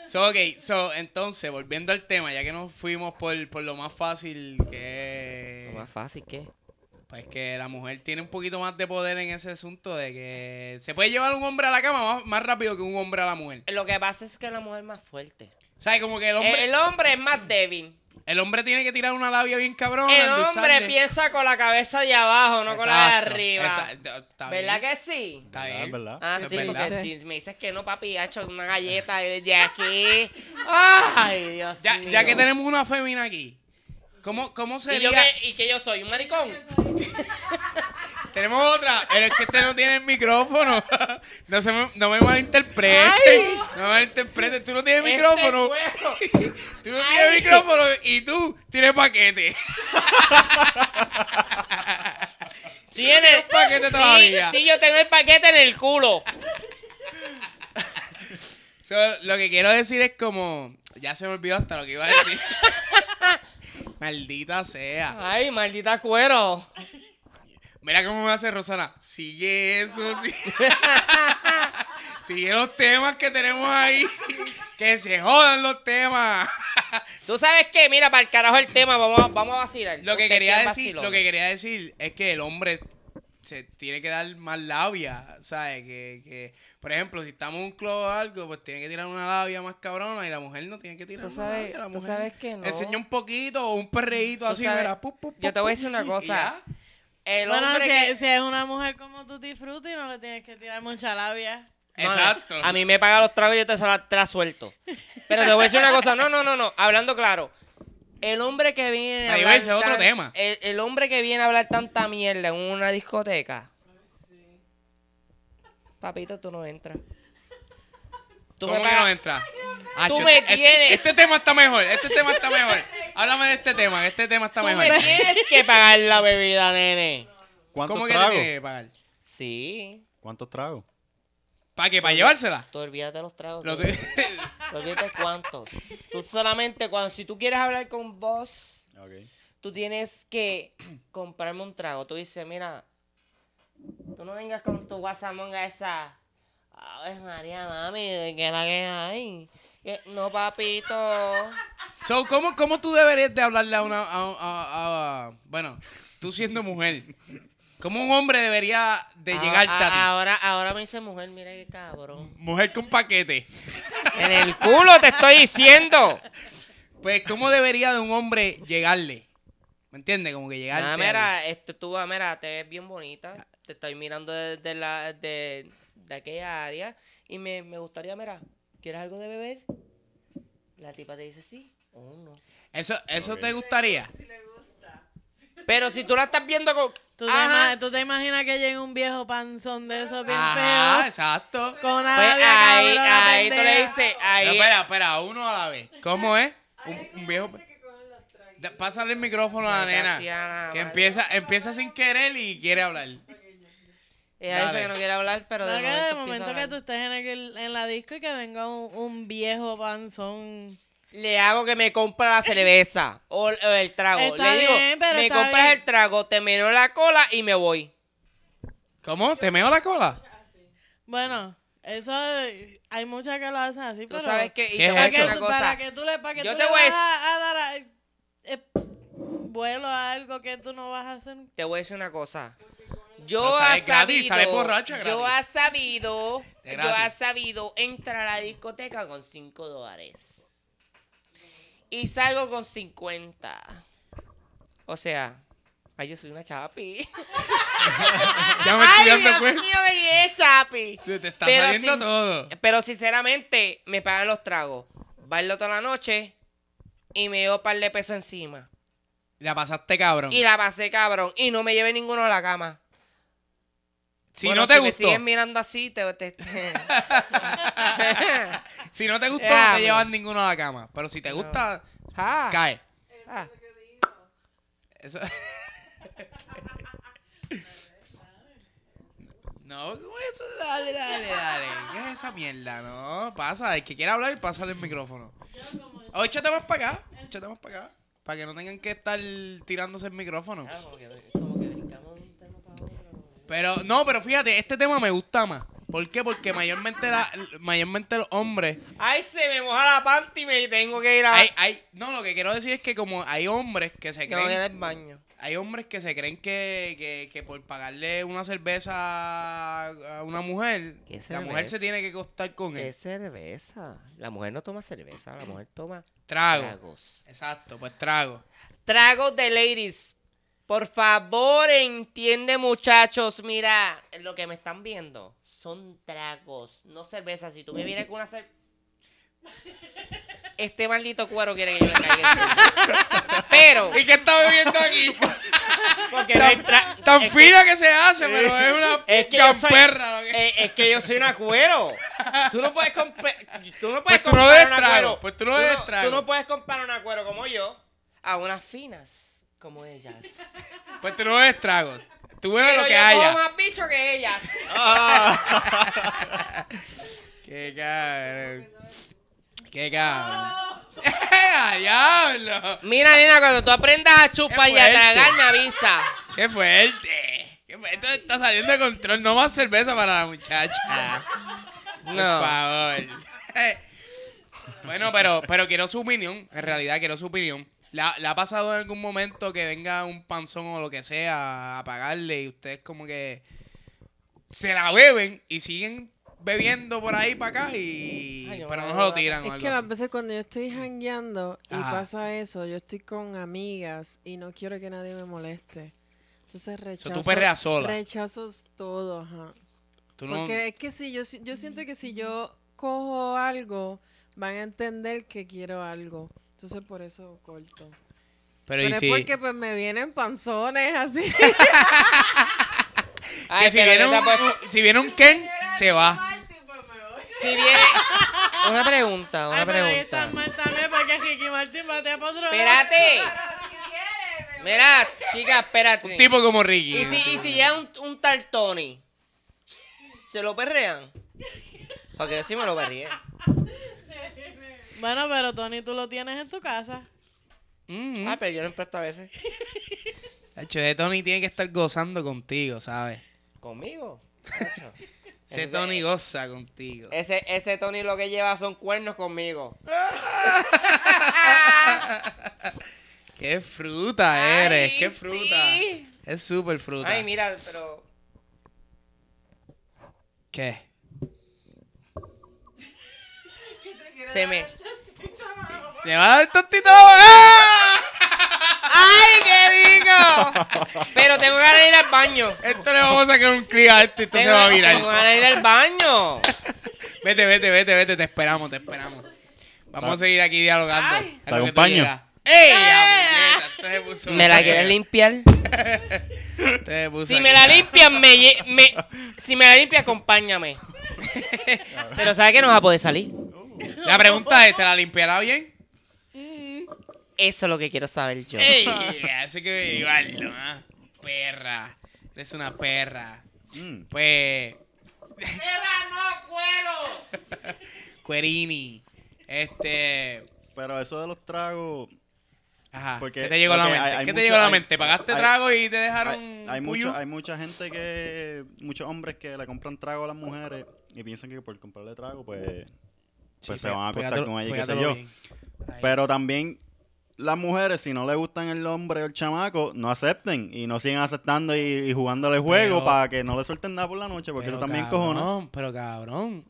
Speaker 2: So, ok, so, entonces, volviendo al tema, ya que nos fuimos por, por lo más fácil que...
Speaker 1: Lo más fácil que.
Speaker 2: Pues que la mujer tiene un poquito más de poder en ese asunto de que se puede llevar un hombre a la cama más, más rápido que un hombre a la mujer.
Speaker 1: Lo que pasa es que la mujer es más fuerte.
Speaker 2: ¿Sabes? Como que el
Speaker 1: El
Speaker 2: hombre,
Speaker 1: hombre, es más débil.
Speaker 2: el hombre tiene que tirar una labia bien cabrona.
Speaker 1: El
Speaker 2: endulzarle.
Speaker 1: hombre piensa con la cabeza de abajo, no con la de
Speaker 2: Exacto,
Speaker 1: arriba.
Speaker 2: exacto, está
Speaker 1: ¿Verdad
Speaker 2: bien,
Speaker 1: que sí?
Speaker 2: Está
Speaker 4: ¿Verdad,
Speaker 2: bien.
Speaker 4: verdad?
Speaker 1: Ah,
Speaker 2: Eso es
Speaker 1: sí, porque
Speaker 2: verdad.
Speaker 1: si me dices que no, papi, ha hecho una galleta desde aquí. Ay, Dios
Speaker 2: Ya,
Speaker 1: mío.
Speaker 2: ya que tenemos una fémina aquí, ¿cómo, cómo
Speaker 1: ¿Y, yo
Speaker 2: sería?
Speaker 1: qué- ¿Y que yo soy un maricón?
Speaker 2: Este
Speaker 1: Este
Speaker 2: Tenemos otra, pero es que este no tiene el micrófono. No, se me, no me malinterpreten. No me malinterpreten. Tú no tienes
Speaker 1: Este
Speaker 2: micrófono.
Speaker 1: juego.
Speaker 2: Tú no tienes micrófono y tú tienes paquete.
Speaker 1: Tiene
Speaker 2: un paquete todavía.
Speaker 1: Sí, sí, yo tengo el paquete en el culo.
Speaker 2: So, lo que quiero decir es como. Ya se me olvidó hasta lo que iba a decir. Maldita sea.
Speaker 1: Ay, maldita cuero.
Speaker 2: Mira cómo me hace Rosana. Sigue eso, sigue, sigue los temas que tenemos ahí. Que se jodan los temas.
Speaker 1: Tú sabes qué, mira, para el carajo el tema, vamos, a- vamos a vacilar.
Speaker 2: Lo que
Speaker 1: Ustedes
Speaker 2: quería
Speaker 1: tienen
Speaker 2: decir,
Speaker 1: vacilón.
Speaker 2: lo que quería decir es que el hombre se tiene que dar más labia, ¿sabes? Que, que, por ejemplo, si estamos en un club o algo, pues tiene que tirar una labia más cabrona y la mujer no tiene que tirar
Speaker 1: Tú
Speaker 2: una
Speaker 1: sabes-
Speaker 2: labia. La
Speaker 1: tú
Speaker 2: mujer
Speaker 1: sabes que no.
Speaker 2: enseña un poquito o un perreíto
Speaker 1: Tú
Speaker 2: así,
Speaker 1: sabes-
Speaker 2: mira, pu, pu, pu,
Speaker 1: Yo te voy a
Speaker 2: pu,
Speaker 1: decir una
Speaker 2: y
Speaker 1: cosa.
Speaker 2: ya.
Speaker 1: El
Speaker 3: Bueno,
Speaker 1: hombre
Speaker 3: si,
Speaker 1: que-
Speaker 3: si es una mujer como tú disfrutas y no le tienes que tirar mucha labia.
Speaker 1: No,
Speaker 2: Exacto.
Speaker 1: A mí me paga los tragos y yo te, se la- te la suelto. Pero te voy a decir una cosa. No, no, no, no. Hablando claro. El hombre que viene a
Speaker 2: Ahí va,
Speaker 1: hablar
Speaker 2: ese es otro
Speaker 1: tan-
Speaker 2: tema.
Speaker 1: El, el hombre que viene a hablar tanta mierda en una discoteca. Papito, tú no entras. Tú
Speaker 2: ¿Cómo
Speaker 1: me
Speaker 2: que
Speaker 1: pagas-
Speaker 2: no entra? Ah,
Speaker 1: Tú
Speaker 2: yo-
Speaker 1: me
Speaker 2: este,
Speaker 1: tienes-
Speaker 2: este tema está mejor, este tema está mejor. Háblame de este tema, que este tema está
Speaker 1: Tú
Speaker 2: mejor.
Speaker 1: me tienes que pagar la bebida, nene.
Speaker 4: ¿Cuántos
Speaker 2: ¿Cómo que te
Speaker 4: tragos?
Speaker 2: tienes que pagar?
Speaker 1: Sí.
Speaker 4: ¿Cuántos tragos?
Speaker 2: ¿Para qué? ¿Para llevársela?
Speaker 1: Tú olvídate los tragos.
Speaker 2: Lo
Speaker 1: tú-
Speaker 2: que-
Speaker 1: tú olvídate cuántos. Tú solamente cuando si tú quieres hablar con vos.
Speaker 4: Ok.
Speaker 1: tú tienes que comprarme un trago. Tú dices, mira, tú no vengas con tu guasamonga esa. Ay, María, mami, ¿de qué la que hay? Que- No, papito.
Speaker 2: So, ¿cómo, ¿Cómo tú deberías de hablarle a una... a- a- a- bueno, tú siendo mujer, ¿cómo un hombre debería de
Speaker 1: Ah,
Speaker 2: llegarte
Speaker 1: ah,
Speaker 2: a ti?
Speaker 1: Ahora, ahora me dice mujer, mira qué cabrón.
Speaker 2: Mujer con paquete.
Speaker 1: En el culo te estoy diciendo.
Speaker 2: Pues, ¿cómo debería de un hombre llegarle? ¿Me entiendes? Como que llegarle.
Speaker 1: Ah, mira, este, tú, ah, mira, te ves bien bonita. Te estoy mirando desde la, de, de aquella área. Y me, me gustaría, mira, ¿quieres algo de beber? La tipa te dice sí o no.
Speaker 2: ¿Eso, eso te gustaría?
Speaker 1: Pero si tú la estás viendo con.
Speaker 3: ¿Tú te,
Speaker 1: Ajá.
Speaker 3: ima- tú te imaginas que llegue un viejo panzón de esos bien
Speaker 2: Ajá,
Speaker 3: feos?
Speaker 2: exacto.
Speaker 3: Con una
Speaker 1: Pues
Speaker 3: labia
Speaker 1: ahí,
Speaker 3: cabrona
Speaker 1: ahí tú le
Speaker 3: pendeja?
Speaker 1: dices.
Speaker 2: Pero
Speaker 1: Ahí,
Speaker 2: espera, espera, uno a la vez. ¿Cómo es? Un, un viejo... Da- Pásale el micrófono a la
Speaker 1: Maldita sea
Speaker 2: nena.
Speaker 1: la
Speaker 2: Que
Speaker 1: madre.
Speaker 2: empieza, empieza sin querer y quiere hablar.
Speaker 1: ella dice
Speaker 2: dale.
Speaker 1: que no quiere hablar, pero
Speaker 3: No,
Speaker 1: de
Speaker 3: que de
Speaker 1: momento,
Speaker 3: momento
Speaker 1: empieza a
Speaker 3: que tú
Speaker 1: hablar.
Speaker 3: estés en, el- en la disco y que venga un, un viejo panzón.
Speaker 1: Le hago que me compra la cerveza o el, o el trago.
Speaker 3: Está
Speaker 1: le digo,
Speaker 3: bien, pero
Speaker 1: me
Speaker 3: está
Speaker 1: compras
Speaker 3: bien.
Speaker 1: el trago, te meneo la cola y me voy.
Speaker 2: ¿Cómo? ¿Te meo la cola?
Speaker 3: Bueno, eso eh, hay muchas que lo hacen así,
Speaker 1: Tú
Speaker 3: pero...
Speaker 1: sabes que. Y
Speaker 2: ¿Qué
Speaker 1: te
Speaker 2: es
Speaker 1: voy a
Speaker 3: para,
Speaker 1: decir
Speaker 2: eso?
Speaker 1: una
Speaker 3: que tú,
Speaker 1: cosa.
Speaker 3: para que tú le, para que
Speaker 1: Yo
Speaker 3: tú
Speaker 1: te
Speaker 3: le
Speaker 1: voy a
Speaker 3: vas a, a dar a- eh, vuelo a algo que tú no vas a hacer.
Speaker 1: Te voy a decir una cosa. Yo
Speaker 2: Pero
Speaker 1: ha
Speaker 2: sale
Speaker 1: sabido.
Speaker 2: gratis, sale borracha
Speaker 1: yo ha
Speaker 2: gratis.
Speaker 1: sabido.
Speaker 2: Es
Speaker 1: Yo ha
Speaker 2: gratis.
Speaker 1: sabido entrar a la discoteca con 5 dólares. Y salgo con 50. O sea. Ay, yo soy una chapi.
Speaker 2: Ya me estoy
Speaker 1: Ay,
Speaker 2: dando
Speaker 1: Dios
Speaker 2: cuenta.
Speaker 1: mío, que es chapi.
Speaker 2: Se te está
Speaker 1: Pero
Speaker 2: saliendo
Speaker 1: sin-
Speaker 2: todo.
Speaker 1: Pero sinceramente, me pagan los tragos. Bailo toda la noche y me dio un par de pesos encima.
Speaker 2: La pasaste cabrón.
Speaker 1: Y la pasé, cabrón. Y no me llevé ninguno a la cama.
Speaker 2: Si
Speaker 1: Bueno,
Speaker 2: no te
Speaker 1: si me
Speaker 2: gustó,
Speaker 1: sigues mirando así, te. te- te-
Speaker 2: si no te gustó,
Speaker 1: Ya,
Speaker 2: no te
Speaker 1: mira.
Speaker 2: llevas ninguno a la cama. Pero si te gusta,
Speaker 1: Ah,
Speaker 2: cae.
Speaker 1: ah.
Speaker 2: Eso- No, ¿cómo es eso? Dale, dale, dale. ¿Qué es esa mierda? Oh, No, pasa. El que quiera hablar, pásale el micrófono. O échate más para acá. Échate más para acá. Para que no tengan que estar tirándose el micrófono.
Speaker 1: Ah, como que, como que brincamos de un tema para otro.
Speaker 2: Pero, no, pero fíjate, este tema me gusta más. ¿Por qué? Porque mayormente, la, mayormente los hombres
Speaker 1: Ay, se me moja la panty y me tengo que ir a.
Speaker 2: Hay- hay- no, lo que quiero decir es que como hay hombres que se
Speaker 1: tengo que ir
Speaker 2: creen,
Speaker 1: al baño.
Speaker 2: hay hombres que se creen que, que, que por pagarle una cerveza a a una mujer,
Speaker 1: ¿Qué
Speaker 2: la mujer
Speaker 1: cerveza?
Speaker 2: se tiene que costar con
Speaker 1: ¿Qué
Speaker 2: él.
Speaker 1: cerveza? La mujer no toma cerveza, la mujer toma
Speaker 2: Trago.
Speaker 1: tragos.
Speaker 2: Exacto, pues trago.
Speaker 1: Tragos de ladies. Por favor, entiende, muchachos. Mira, lo que me están viendo son tragos, no cerveza. Si tú me vienes con una cerveza. Este maldito cuero quiere que yo le caiga encima. Pero,
Speaker 2: ¿Y qué está bebiendo aquí?
Speaker 1: porque no hay
Speaker 2: tan
Speaker 1: tra-
Speaker 2: tan
Speaker 1: es que-
Speaker 2: fina que se hace, pero es una
Speaker 1: es que yo soy-
Speaker 2: camperra. lo que-
Speaker 1: eh, es que yo soy una cuero. Tú no puedes, compa- tú no
Speaker 2: Pues
Speaker 1: puedes
Speaker 2: tú no
Speaker 1: comparar
Speaker 2: bebes
Speaker 1: una
Speaker 2: trago,
Speaker 1: cuero.
Speaker 2: pues tú no bebes trago.
Speaker 1: Tú no puedes comparar una cuero como yo a unas finas como ellas.
Speaker 2: Pues tú no bebes trago. Tú bebes
Speaker 1: Pero
Speaker 2: lo que
Speaker 1: yo
Speaker 2: haya.
Speaker 1: como más bicho que ellas.
Speaker 2: Qué cabrón. Qué cabrón. ¡Eh, diablo!
Speaker 1: Mira, nena, cuando tú aprendas a chupar
Speaker 2: Qué
Speaker 1: y a
Speaker 2: fuerte.
Speaker 1: tragar, me avisa.
Speaker 2: ¡Qué fuerte! ¡Qué fu- Esto está saliendo de control. No más cerveza para la muchacha. Por
Speaker 1: No.
Speaker 2: favor. Bueno, pero, pero quiero su opinión. En realidad, quiero su opinión. ¿La, la ha pasado en algún momento que venga un panzón o lo que sea a pagarle y ustedes como que se la beben y siguen bebiendo por ahí para acá y...
Speaker 1: Ay, yo
Speaker 2: pero
Speaker 1: me
Speaker 2: no se
Speaker 1: voy a
Speaker 2: lo tiran o
Speaker 5: Es
Speaker 2: algo
Speaker 5: que las
Speaker 2: así.
Speaker 5: veces cuando yo estoy jangueando y
Speaker 2: Ajá.
Speaker 5: pasa eso, yo estoy con amigas y no quiero que nadie me moleste. Entonces rechazo.
Speaker 2: perreas sola.
Speaker 5: Rechazo todo, ajá.
Speaker 2: Tú no-
Speaker 5: Porque es que si yo, si- yo siento que si yo cojo algo, van a entender que quiero algo. Entonces por eso corto.
Speaker 2: Pero,
Speaker 5: Pero,
Speaker 2: y
Speaker 5: es
Speaker 2: si...
Speaker 5: porque pues me vienen panzones así.
Speaker 2: que si, viene un, si viene un Ken, se va.
Speaker 1: Si viene. Una pregunta, una
Speaker 3: Ay, pero ahí está
Speaker 1: pregunta.
Speaker 3: mal también porque Ricky Martin batea para otro lado.
Speaker 1: Espérate. Mira, chica, espérate.
Speaker 2: Un tipo como Ricky.
Speaker 1: Y si, y si llega un, un tal Tony, ¿se lo perrean? Porque yo sí me lo perreé.
Speaker 3: Bueno, pero Tony, tú lo tienes en tu casa.
Speaker 2: Mm,
Speaker 1: Ah, pero yo lo empresto a veces.
Speaker 2: Tacho, ese Tony tiene que estar gozando contigo, ¿sabes?
Speaker 1: ¿Conmigo?
Speaker 2: Ese
Speaker 1: Ese- eh,
Speaker 2: Tony goza contigo.
Speaker 1: Ese, ese Tony lo que lleva son cuernos conmigo.
Speaker 2: ¡Qué fruta
Speaker 1: Ay,
Speaker 2: eres! ¡Qué
Speaker 1: sí.
Speaker 2: fruta! Es súper fruta.
Speaker 1: Ay, mira, pero.
Speaker 2: ¿Qué?
Speaker 1: Se me.
Speaker 2: ¡Le va a dar tontito! ¡Ah!
Speaker 1: ¡Ay, qué rico! Pero tengo ganas de ir al baño.
Speaker 2: Esto le vamos a sacar un clic a esto y esto se
Speaker 1: Tengo-
Speaker 2: va a
Speaker 1: Tengo
Speaker 2: virar.
Speaker 1: ganas de ir al baño.
Speaker 2: Vete, vete, vete, vete. Te esperamos, te esperamos. Vamos a seguir aquí dialogando.
Speaker 3: Ay.
Speaker 2: a lo que tú
Speaker 4: Acompaño.
Speaker 2: llegas. ¡Ey! la puñeta! Esto se puso-
Speaker 1: Ah. ¿Me la quieres limpiar?
Speaker 2: Esto se puso
Speaker 1: Si
Speaker 2: aquí.
Speaker 1: me la limpian, me, lle- me- Si me la limpias, acompáñame. Pero ¿sabes que no vas a poder salir?
Speaker 2: La pregunta es, ¿te la limpiará bien?
Speaker 1: Eso es lo que quiero saber yo.
Speaker 2: ¡Ey! Eso hay que averiguarlo, ¿ah? Perra. Eres una perra.
Speaker 4: Mm.
Speaker 2: Pues,
Speaker 1: ¡Perra, no, cuero!
Speaker 2: Cuerini. Este.
Speaker 4: Pero eso de los tragos.
Speaker 2: Ajá.
Speaker 4: Porque-
Speaker 2: ¿Qué te llegó a la
Speaker 4: porque
Speaker 2: mente?
Speaker 4: hay- hay
Speaker 2: ¿Qué
Speaker 4: mucho-
Speaker 2: te llegó a la
Speaker 4: hay-
Speaker 2: mente? ¿Pagaste
Speaker 4: hay-
Speaker 2: trago y te dejaron
Speaker 4: Hay, hay
Speaker 2: puyú?
Speaker 4: mucho, hay mucha gente que. Muchos hombres que le compran trago a las mujeres y piensan que por comprarle trago, pues.
Speaker 2: Sí,
Speaker 4: Pues se
Speaker 2: pe-
Speaker 4: van a acostar
Speaker 2: pégatelo-
Speaker 4: con ella, qué sé
Speaker 2: pégatelo
Speaker 4: yo.
Speaker 2: bien. Ahí.
Speaker 4: Pero también las mujeres, si no le gustan el hombre o el chamaco, no acepten y no sigan aceptando y, y jugándole el juego
Speaker 2: Pero-
Speaker 4: para que no le suelten nada por la noche, porque
Speaker 2: Pero
Speaker 4: eso también
Speaker 2: cabrón,
Speaker 4: cojona.
Speaker 2: Pero cabrón.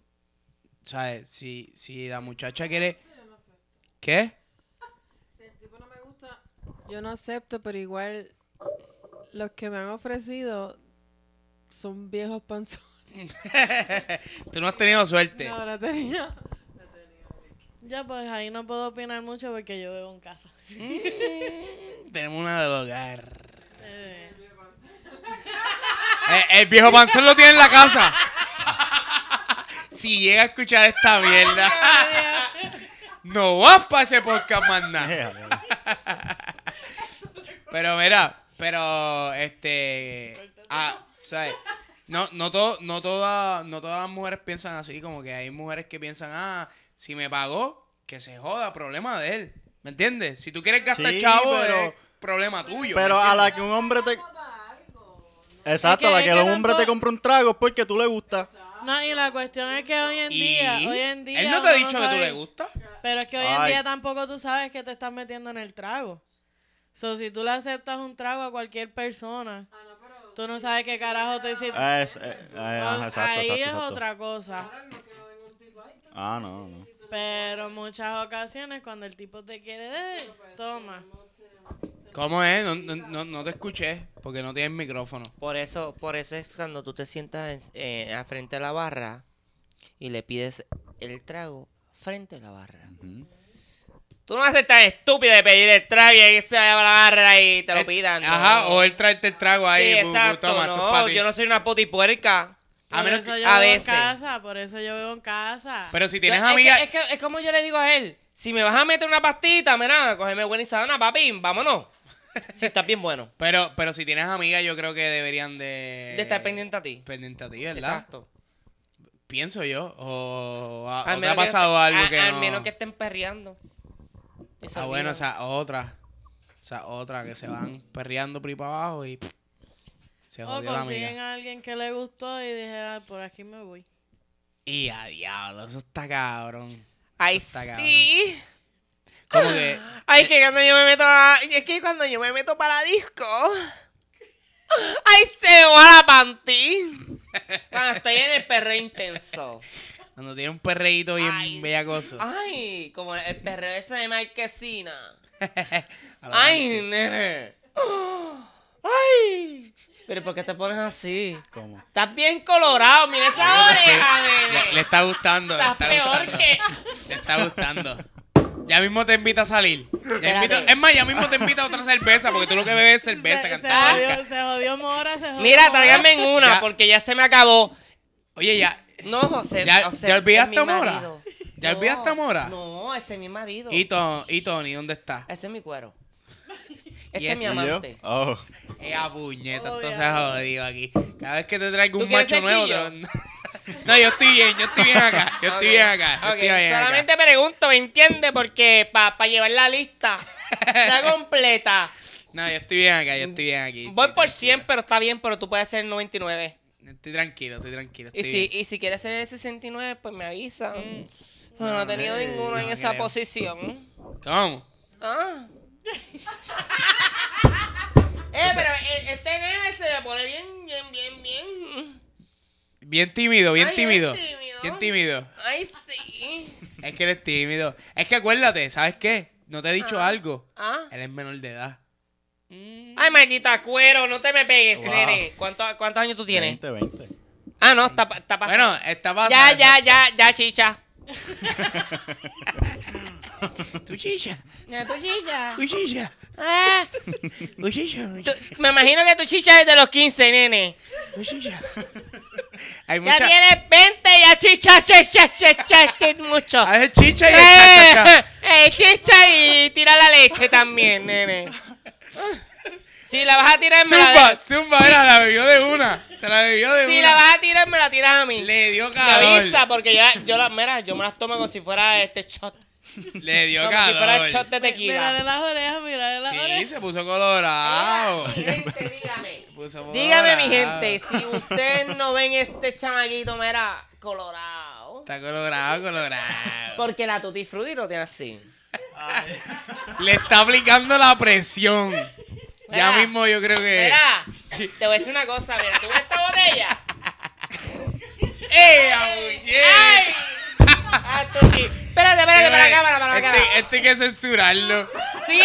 Speaker 2: O sea, si, si la muchacha quiere. ¿Qué?
Speaker 5: Si el tipo no me gusta, yo no acepto, pero igual los que me han ofrecido son viejos panzones.
Speaker 2: Tú no has tenido suerte.
Speaker 5: No, no tenía.
Speaker 3: Yo pues ahí no puedo opinar mucho porque yo vivo en casa.
Speaker 2: Tenemos una del hogar.
Speaker 3: Eh,
Speaker 2: Eh, el viejo panzón lo tiene en la casa. si llega a escuchar esta mierda, no vas para ese podcast más nada. Pero mira, pero este. ah, ¿sabes? No, no, todo, no, toda, no todas las mujeres piensan así, como que hay mujeres que piensan, ah, si me pagó, que se joda, problema de él. ¿Me entiendes? Si tú quieres gastar
Speaker 4: Sí,
Speaker 2: chavo,
Speaker 4: pero-
Speaker 2: es problema tuyo. ¿me
Speaker 4: Pero a la
Speaker 2: entiendes?
Speaker 4: que un hombre te. Exacto,
Speaker 3: Es
Speaker 4: a
Speaker 3: que-
Speaker 4: la
Speaker 3: es
Speaker 4: que
Speaker 3: que
Speaker 4: el hombre
Speaker 3: tanto-
Speaker 4: te compra un trago es porque tú le gustas.
Speaker 3: No, y la cuestión es que hoy en día,
Speaker 2: Y
Speaker 3: hoy en día.
Speaker 2: Él no te ha
Speaker 3: uno
Speaker 2: dicho que tú
Speaker 3: sabe-
Speaker 2: le gustas.
Speaker 3: Pero es que hoy en
Speaker 4: Ay.
Speaker 3: día tampoco tú sabes que te estás metiendo en el trago. So, si tú le aceptas un trago a cualquier persona, tú no sabes qué carajo te hiciste.
Speaker 4: Ah, Es, eh, ah, ajá, exacto,
Speaker 3: Ahí
Speaker 4: exacto,
Speaker 3: es
Speaker 4: exacto.
Speaker 3: otra cosa.
Speaker 4: Ah, no, no.
Speaker 3: Pero muchas ocasiones cuando el tipo te quiere, eh, toma.
Speaker 2: ¿Cómo es? No, no- no- no te escuché porque no tienes micrófono.
Speaker 1: Por eso, por eso es cuando tú te sientas en- eh, a frente a la barra y le pides el trago frente a la barra.
Speaker 4: Ujú.
Speaker 1: Tú no haces tan estúpido de pedir el trago y ahí se va a la barra y te lo
Speaker 2: Eh,
Speaker 1: pidan.
Speaker 2: Ajá,
Speaker 1: no.
Speaker 2: o él traerte el trago ahí.
Speaker 1: Sí,
Speaker 2: bu- bu-
Speaker 1: exacto.
Speaker 2: toma, esto es pa'
Speaker 1: no,
Speaker 2: ti.
Speaker 1: yo no soy una puerca.
Speaker 2: A
Speaker 3: Por
Speaker 2: menos
Speaker 3: eso
Speaker 2: que-
Speaker 3: yo
Speaker 1: Ah, a
Speaker 3: vivo en
Speaker 1: veces.
Speaker 3: casa, por eso yo vivo en casa.
Speaker 2: Pero si tienes
Speaker 1: Yo- es que-
Speaker 2: amigas...
Speaker 1: Es que, es, como yo le digo a él: si me vas a meter una pastita, mira, cógeme buena sana, papi, vámonos. si estás bien bueno.
Speaker 2: Pero, pero si tienes amigas, yo creo que deberían de...
Speaker 1: De estar pendiente a ti.
Speaker 2: Pendiente a ti, ¿verdad?
Speaker 1: Exacto.
Speaker 2: Pienso yo. O, a-
Speaker 1: Al
Speaker 2: o te
Speaker 1: menos
Speaker 2: ha
Speaker 1: que-
Speaker 2: pasado algo
Speaker 1: a-
Speaker 2: que
Speaker 1: Al
Speaker 2: no-
Speaker 1: menos que estén perreando. Esa
Speaker 2: Ah,
Speaker 1: vida.
Speaker 2: bueno, o sea, otra. O sea, otra que se van perreando por ahí para abajo y... pff, se
Speaker 3: O
Speaker 2: jodió la
Speaker 3: consiguen
Speaker 2: amiga.
Speaker 3: a alguien que le gustó y dijera, por aquí me voy.
Speaker 2: Y a diablo, eso está cabrón.
Speaker 1: Ay,
Speaker 2: Eso está cabrón.
Speaker 1: sí.
Speaker 2: Como que...
Speaker 1: Ay, que cuando yo me meto a... Es que cuando yo me meto para disco... Ay, se me va la panty. Cuando estoy en el perreo intenso.
Speaker 2: Cuando tiene un perreíto bien
Speaker 1: Ay,
Speaker 2: bellacoso.
Speaker 1: Ay, como el perreo ese de Marquesina.
Speaker 2: A la
Speaker 1: Ay, nene. Ay. Pero ¿por qué te pones así?
Speaker 4: ¿Cómo?
Speaker 1: Estás bien colorado, mira esa oreja,
Speaker 2: Le, le
Speaker 1: nene.
Speaker 2: está gustando. le
Speaker 1: Estás
Speaker 2: está
Speaker 1: peor
Speaker 2: gustando,
Speaker 1: que...
Speaker 2: Le está gustando. Ya mismo te invita a salir. Ya
Speaker 1: Espérate.
Speaker 2: invita- es más, ya mismo te invita a otra cerveza porque tú lo que bebes es cerveza.
Speaker 3: Se, se
Speaker 2: cantar.
Speaker 3: jodió, se jodió Mora, se jodió
Speaker 1: Mira,
Speaker 3: Mora.
Speaker 1: tráigame en una
Speaker 2: Ya.
Speaker 1: porque ya se me acabó.
Speaker 2: Oye, ya.
Speaker 1: No, José.
Speaker 2: ¿Ya-
Speaker 1: José,
Speaker 2: ya olvidaste
Speaker 1: es mi
Speaker 2: a Mora?
Speaker 1: marido.
Speaker 2: ¿Ya olvidaste a Mora?
Speaker 1: No, ese es mi marido.
Speaker 2: ¿Y, To- y Tony dónde está?
Speaker 1: Ese es mi cuero.
Speaker 2: ¿Y
Speaker 1: Este es mi
Speaker 2: este?
Speaker 4: ¿Y yo?
Speaker 1: amante.
Speaker 4: Oh.
Speaker 2: Ea, puñeta,
Speaker 3: Obvio.
Speaker 2: entonces jodido aquí. Cada vez que te traigo
Speaker 1: ¿Tú
Speaker 2: un
Speaker 1: quieres
Speaker 2: macho
Speaker 1: ser
Speaker 2: nuevo.
Speaker 1: chillo?
Speaker 2: te lo- No, yo estoy bien, yo estoy bien acá. Yo estoy
Speaker 1: Ok,
Speaker 2: bien acá. yo
Speaker 1: ok,
Speaker 2: estoy bien acá.
Speaker 1: Solamente pregunto, ¿me entiendes? Porque para llevar la lista, la completa.
Speaker 2: No, yo estoy bien acá, yo estoy bien aquí.
Speaker 1: Voy
Speaker 2: estoy
Speaker 1: por
Speaker 2: tranquilo.
Speaker 1: 100, pero está bien, pero tú puedes ser 99.
Speaker 2: Estoy tranquilo, estoy tranquilo.
Speaker 1: Y
Speaker 2: estoy
Speaker 1: si,
Speaker 2: bien.
Speaker 1: y si quieres ser el 69, pues me avisa. No, no he tenido
Speaker 2: eh,
Speaker 1: ninguno en
Speaker 2: no
Speaker 1: esa
Speaker 2: creo.
Speaker 1: posición.
Speaker 2: ¿Cómo?
Speaker 1: Ah. eh, pero eh, este nene se me pone bien, bien, bien, bien.
Speaker 2: Bien tímido, bien
Speaker 1: Ay, eres
Speaker 2: tímido.
Speaker 1: tímido.
Speaker 2: Bien tímido.
Speaker 1: Ay, sí.
Speaker 2: Es que eres tímido. Es que acuérdate, ¿sabes qué? No te he dicho algo.
Speaker 1: Ah.
Speaker 2: Él es menor de edad.
Speaker 1: Ay, maldita cuero, no te me pegues,
Speaker 4: Wow.
Speaker 1: nene. ¿Cuánto- ¿Cuántos años tú tienes?
Speaker 4: 20, 20.
Speaker 1: Ah, no, está, pa- está pasando.
Speaker 2: Bueno, está pasando.
Speaker 1: ya, ya, ya, ya, chicha.
Speaker 2: Tu chicha,
Speaker 1: Ya, tu chicha.
Speaker 2: tu chicha,
Speaker 1: Ah,
Speaker 2: tu chicha,
Speaker 1: tú- me imagino que tu chicha es de los 15, nene.
Speaker 2: tu chicha. Hay
Speaker 1: Ya
Speaker 2: mucha...
Speaker 1: tienes 20, ya chicha, chicha, chicha, chicha, mucho.
Speaker 2: Hace chicha y el cha, cha,
Speaker 1: Eh,
Speaker 2: cha.
Speaker 1: eh, chicha y tira la leche también, nene. Si la vas a tirar, me la
Speaker 2: Zumba,
Speaker 1: de-
Speaker 2: zumba, era, la bebió de una. Se la bebió de
Speaker 1: Si
Speaker 2: una.
Speaker 1: la vas a tirar, me la tiras a mí.
Speaker 2: Le dio
Speaker 1: Me
Speaker 2: calor.
Speaker 1: avisa, porque yo, la- yo las, mira, yo me las tomo como si fuera este shot.
Speaker 2: Le dio
Speaker 1: Como si fuera
Speaker 2: calor.
Speaker 1: el
Speaker 3: Pues,
Speaker 1: shot de
Speaker 3: Mírale
Speaker 1: tequila.
Speaker 3: las orejas, mírale las
Speaker 2: sí,
Speaker 3: orejas.
Speaker 2: se puso colorado.
Speaker 1: Mi gente, dígame.
Speaker 2: Puso
Speaker 1: Dígame, mi
Speaker 2: colorado.
Speaker 1: gente, si ustedes no ven este chamaquito, mira, colorado.
Speaker 2: Está colorado, colorado.
Speaker 1: Porque la Tutti Frutti lo tiene así.
Speaker 2: Le está aplicando la presión. Ya
Speaker 1: Mira,
Speaker 2: mismo yo creo que.
Speaker 1: Mira, te voy a decir una cosa, mira, tú ves esta botella.
Speaker 2: ¡Eh, abullé!
Speaker 1: ¡Ay! Ah, Tutti. Espérate, espérate, para la cámara, para la
Speaker 2: este,
Speaker 1: cámara.
Speaker 2: este hay que censurarlo.
Speaker 1: Sí.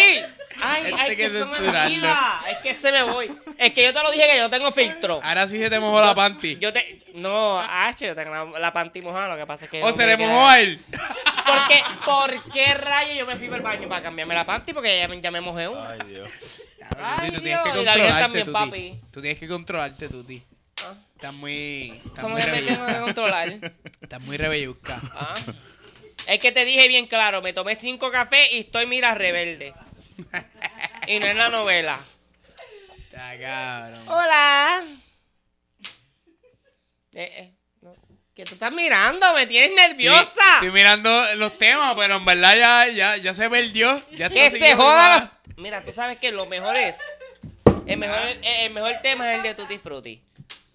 Speaker 1: Ay,
Speaker 2: Este
Speaker 1: ay,
Speaker 2: que
Speaker 1: que se me
Speaker 2: censurarlo.
Speaker 1: olvida. Es que se me voy. Es que yo te lo dije que yo tengo filtro.
Speaker 2: Ahora sí se te mojó la panty.
Speaker 1: Yo te. No, H, yo tengo la, la panty mojada, lo que pasa es que.
Speaker 2: o
Speaker 1: no
Speaker 2: se
Speaker 1: me
Speaker 2: le
Speaker 1: queda-
Speaker 2: mojó a él.
Speaker 1: Porque, ¿por qué rayo yo me fui para el baño para cambiarme la panty? Porque ya, me- ya me mojé una.
Speaker 4: Ay, Dios.
Speaker 1: Ay,
Speaker 2: Tuti,
Speaker 1: Dios, y la vida también,
Speaker 2: Tuti.
Speaker 1: papi. Ah.
Speaker 2: Tú tienes que controlarte, Tuti. Estás muy. Estás
Speaker 1: ¿Cómo
Speaker 2: muy,
Speaker 1: que me tengo que
Speaker 2: rebellusca.
Speaker 1: controlar?
Speaker 2: Estás muy rebellusca.
Speaker 1: Ah. Es que te dije bien claro, me tomé cinco cafés y estoy, mira, rebelde. Y no es la novela.
Speaker 2: Está cabrón.
Speaker 1: Hola. Eh, eh, no. Que tú estás mirando, me tienes nerviosa.
Speaker 2: Estoy mirando los temas, pero en verdad ya, ya, ya se perdió. Ya
Speaker 1: que
Speaker 2: está
Speaker 1: se
Speaker 2: siguiendo
Speaker 1: joda.
Speaker 2: más.
Speaker 1: los- Mira, tú sabes que lo mejor es. El mejor, el, el mejor tema es el de Tutti Frutti.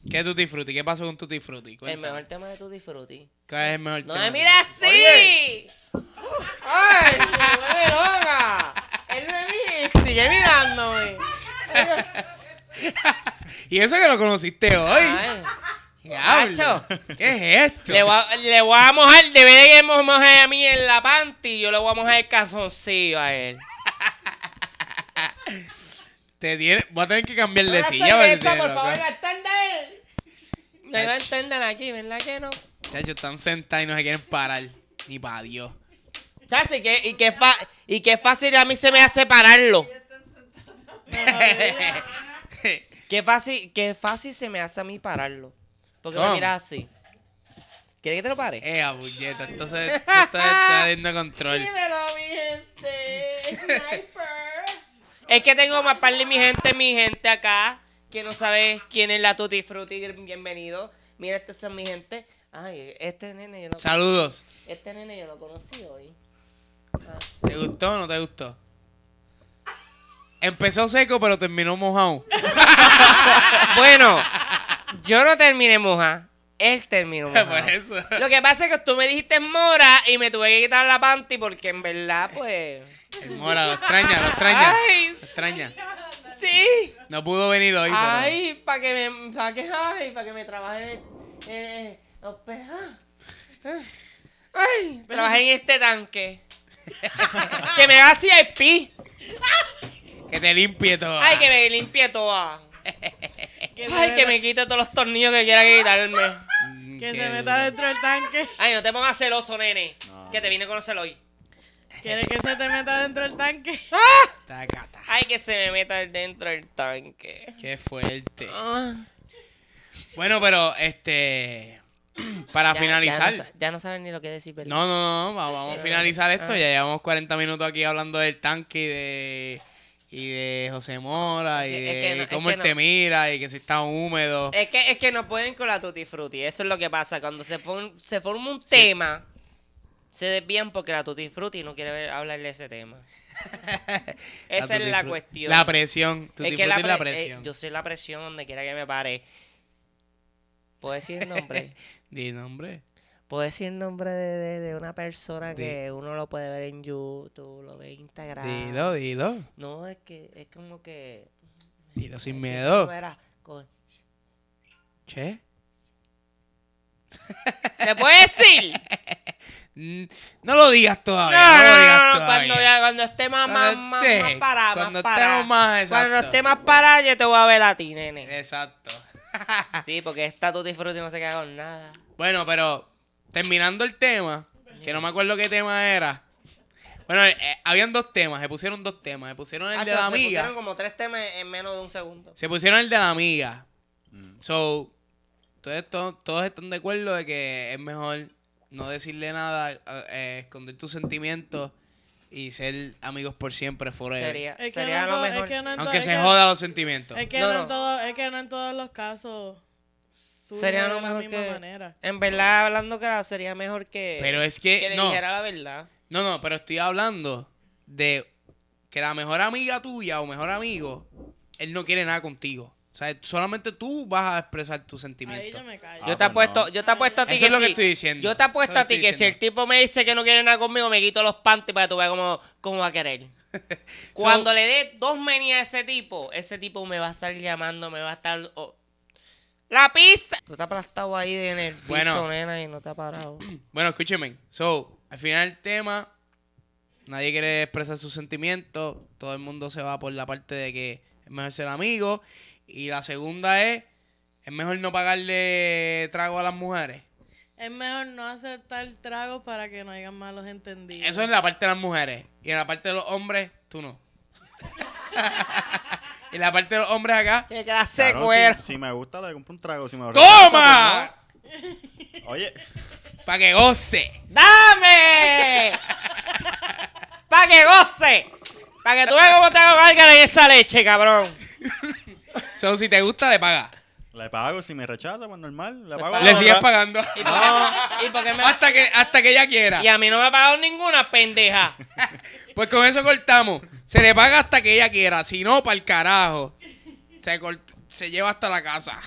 Speaker 2: ¿Qué Tutti Frutti? ¿Qué pasó con Tutti Frutti?
Speaker 1: El
Speaker 2: Cuéntame.
Speaker 1: mejor tema de Tutti Frutti.
Speaker 2: ¿Cuál es el mejor
Speaker 1: ¡No
Speaker 2: tema?
Speaker 1: me mires así! ¡Ay, no me loca! Él me mira y sigue mirándome.
Speaker 2: Y eso que lo conociste hoy.
Speaker 1: Ay,
Speaker 2: Diablo.
Speaker 1: Ah, macho.
Speaker 2: ¿Qué es esto?
Speaker 1: le, voy a, le voy a mojar, debe de que mo- moje a mí en la panty. Yo le voy a mojar el calzoncillo a él.
Speaker 2: Te tiene... Voy a tener que cambiar de
Speaker 1: Una
Speaker 2: silla. para
Speaker 1: cerveza,
Speaker 2: decirlo
Speaker 1: por favor,
Speaker 2: acá.
Speaker 1: la entender. No la entender aquí, ¿verdad que no?
Speaker 2: Chacho, están sentados y no se quieren parar. Ni para Dios.
Speaker 1: Chacho, y qué, y, qué fa- y qué fácil a mí se me hace pararlo. qué fácil, qué fácil se me hace a mí pararlo. Porque me
Speaker 2: ¿Cómo?
Speaker 1: miras así. ¿Quieres que te lo pare?
Speaker 2: Eh, puñeta. Entonces, tú estás perdiendo control.
Speaker 1: Dímelo, mi gente. es que tengo más par de mi gente, mi gente acá, que no sabes quién es la Tutti Frutti. Bienvenido. Mira, este es mi gente. Ay, este nene yo lo,
Speaker 2: Saludos.
Speaker 1: este nene yo lo conocí hoy.
Speaker 2: ¿Te gustó o no te gustó? Empezó seco, pero terminó mojado.
Speaker 1: Bueno, yo no terminé moja. Él terminó moja.
Speaker 2: Por eso.
Speaker 1: Lo que pasa es que tú me dijiste mora y me tuve que quitar la panty porque en verdad, pues.
Speaker 2: El mora, lo extraña, lo extraña.
Speaker 1: Ay.
Speaker 2: Lo extraña.
Speaker 1: Sí.
Speaker 2: No pudo venir hoy, pero-
Speaker 1: Ay, para que me. Para que, ay, para que me trabaje. en- en- los pe- ah, ah. Ay, trabajé en este tanque. que me haga CIP.
Speaker 2: Que te limpie todo.
Speaker 1: Ay, que me limpie toda.
Speaker 3: Que
Speaker 1: Ay,
Speaker 3: se
Speaker 1: que
Speaker 3: meta-
Speaker 1: me quite todos los tornillos que quiera quitarme.
Speaker 2: Mm, qué
Speaker 3: Que se
Speaker 2: duro.
Speaker 3: meta dentro del tanque.
Speaker 1: Ay, no te pongas celoso, nene.
Speaker 4: No.
Speaker 1: Que te vine a conocer hoy.
Speaker 3: ¿Quieres que se te meta dentro del tanque?
Speaker 2: Tacata.
Speaker 1: Ay, que se me meta dentro del tanque.
Speaker 2: Qué fuerte.
Speaker 1: Ah.
Speaker 2: Bueno, pero este. Para
Speaker 1: Ya-
Speaker 2: finalizar.
Speaker 1: Ya no, sa- ya no saben ni lo que decir, ¿verdad?
Speaker 2: No, no, no, va- vamos a finalizar esto. Ya llevamos 40 minutos aquí hablando del tanque y de, y de José Mora y
Speaker 1: Es que-
Speaker 2: de
Speaker 1: es que no- es
Speaker 2: cómo
Speaker 1: que
Speaker 2: él te
Speaker 1: no.
Speaker 2: mira y que si está húmedo.
Speaker 1: Es que, es que no pueden con la tutti frutti. Eso es lo que pasa. Cuando se, form- se forma un tema, se desvían porque la tutti frutti no quiere ver- hablar de ese tema.
Speaker 2: La
Speaker 1: Esa es
Speaker 2: Tutti
Speaker 1: la
Speaker 2: Frutti.
Speaker 1: cuestión.
Speaker 2: La presión. Tú
Speaker 1: Es
Speaker 2: disfrutas la,
Speaker 1: pre- eh,
Speaker 2: presión.
Speaker 1: yo soy la presión donde quiera que me pare. ¿Puedo decir el nombre?
Speaker 2: Di nombre.
Speaker 1: ¿Puedo decir el nombre de, de- de una persona
Speaker 2: Di.
Speaker 1: que uno lo puede ver en YouTube, lo ve en Instagram?
Speaker 2: Dilo, dilo.
Speaker 1: No, es que es como que...
Speaker 2: Dilo sin
Speaker 1: No
Speaker 2: miedo.
Speaker 1: era con-
Speaker 2: Che.
Speaker 1: ¿Te puedo decir?
Speaker 2: Mm, No lo digas todavía. No,
Speaker 1: No,
Speaker 2: lo
Speaker 1: no,
Speaker 2: digas
Speaker 1: no, no,
Speaker 2: todavía.
Speaker 1: cuando, ya- cuando esté más, más,
Speaker 2: Cuando-
Speaker 1: más,
Speaker 2: sí,
Speaker 1: más parado,
Speaker 2: cuando
Speaker 1: más parado.
Speaker 2: estemos más, exacto. Eh,
Speaker 1: Cuando esté más parado, yo te voy a ver a ti, nene.
Speaker 2: Exacto.
Speaker 1: Sí, porque esta Tutti Frutti no se queda con nada.
Speaker 2: Bueno, pero terminando el tema, que no me acuerdo qué tema era. Bueno, eh, habían dos temas, se pusieron dos temas. Se pusieron
Speaker 1: Ah,
Speaker 2: el de la amiga.
Speaker 1: como tres temas en menos de un segundo.
Speaker 2: Se pusieron el de la amiga. So, entonces to- todos están de acuerdo de que es mejor no decirle nada, eh, eh, esconder tus sentimientos y ser amigos por siempre, forever.
Speaker 1: Sería,
Speaker 3: Es que
Speaker 1: sería
Speaker 3: no
Speaker 1: lo
Speaker 3: en todo-
Speaker 1: mejor.
Speaker 3: es que no en todo-
Speaker 2: Aunque
Speaker 3: es
Speaker 2: se
Speaker 3: que-
Speaker 2: joda los sentimientos.
Speaker 3: Es que
Speaker 1: No,
Speaker 3: no,
Speaker 1: no.
Speaker 3: En todo, es que no en todos los casos surge
Speaker 1: Sería
Speaker 3: de
Speaker 1: lo
Speaker 3: la
Speaker 1: mejor
Speaker 3: misma
Speaker 1: que-
Speaker 3: manera.
Speaker 1: En verdad, hablando claro, sería mejor que,
Speaker 2: Pero es
Speaker 1: que
Speaker 2: que,
Speaker 1: le
Speaker 2: no,
Speaker 1: dijera la verdad.
Speaker 2: no, no, pero estoy hablando de que la mejor amiga tuya o mejor amigo, él no quiere nada contigo. O sea, solamente tú vas a expresar tus
Speaker 3: Ahí yo
Speaker 2: sentimientos.
Speaker 3: me callo.
Speaker 4: Ah,
Speaker 1: yo te
Speaker 4: pues
Speaker 1: apuesto,
Speaker 4: no.
Speaker 1: yo te apuesto a ti
Speaker 2: Eso es lo que
Speaker 1: si-
Speaker 2: estoy diciendo.
Speaker 1: Yo te apuesto
Speaker 2: Eso
Speaker 1: a ti
Speaker 2: estoy
Speaker 1: que si el
Speaker 2: diciendo.
Speaker 1: tipo me dice que no quiere nada conmigo, me quito los panties para que tú veas cómo, cómo va a querer. Cuando le dé dos menias a ese tipo, ese tipo me va a estar llamando, me va a estar. oh, ¡La pizza! Tú te has aplastado ahí en el piso,
Speaker 2: Bueno.
Speaker 1: nena, y no te has parado.
Speaker 2: Bueno, escúcheme. So, al final del tema, nadie quiere expresar sus sentimientos. Todo el mundo se va por la parte de que es mejor ser amigo. Y la segunda es, es mejor no pagarle trago a las mujeres.
Speaker 3: Es mejor no aceptar tragos para que no hayan malos entendidos.
Speaker 2: Eso es la parte de las mujeres. Y en la parte de los hombres, tú no. y la parte de los hombres acá,
Speaker 1: ¡Qué clase
Speaker 4: Claro,
Speaker 1: cuero!
Speaker 4: si, si me gusta, le compro un trago. Si me pues
Speaker 2: ¡toma!
Speaker 4: Oye,
Speaker 2: Para que goce.
Speaker 1: ¡Dame! ¡Para que goce! ¡Para que tú veas cómo te hago en esa leche, cabrón!
Speaker 2: So, si te gusta, le paga.
Speaker 4: Le pago si me rechaza, pues normal. Le
Speaker 1: Le
Speaker 4: pago.
Speaker 1: pago.
Speaker 4: la
Speaker 2: Le
Speaker 1: no,
Speaker 2: sigues
Speaker 1: no.
Speaker 2: pagando.
Speaker 1: ¿Y por
Speaker 2: Ah.
Speaker 1: qué- y por qué me-
Speaker 2: Hasta que, hasta que ella quiera.
Speaker 1: Y a mí no me ha pagado ninguna pendeja.
Speaker 2: Pues con eso cortamos. Se le paga hasta que ella quiera. Si no, para el carajo. Se, cort- se lleva hasta la casa.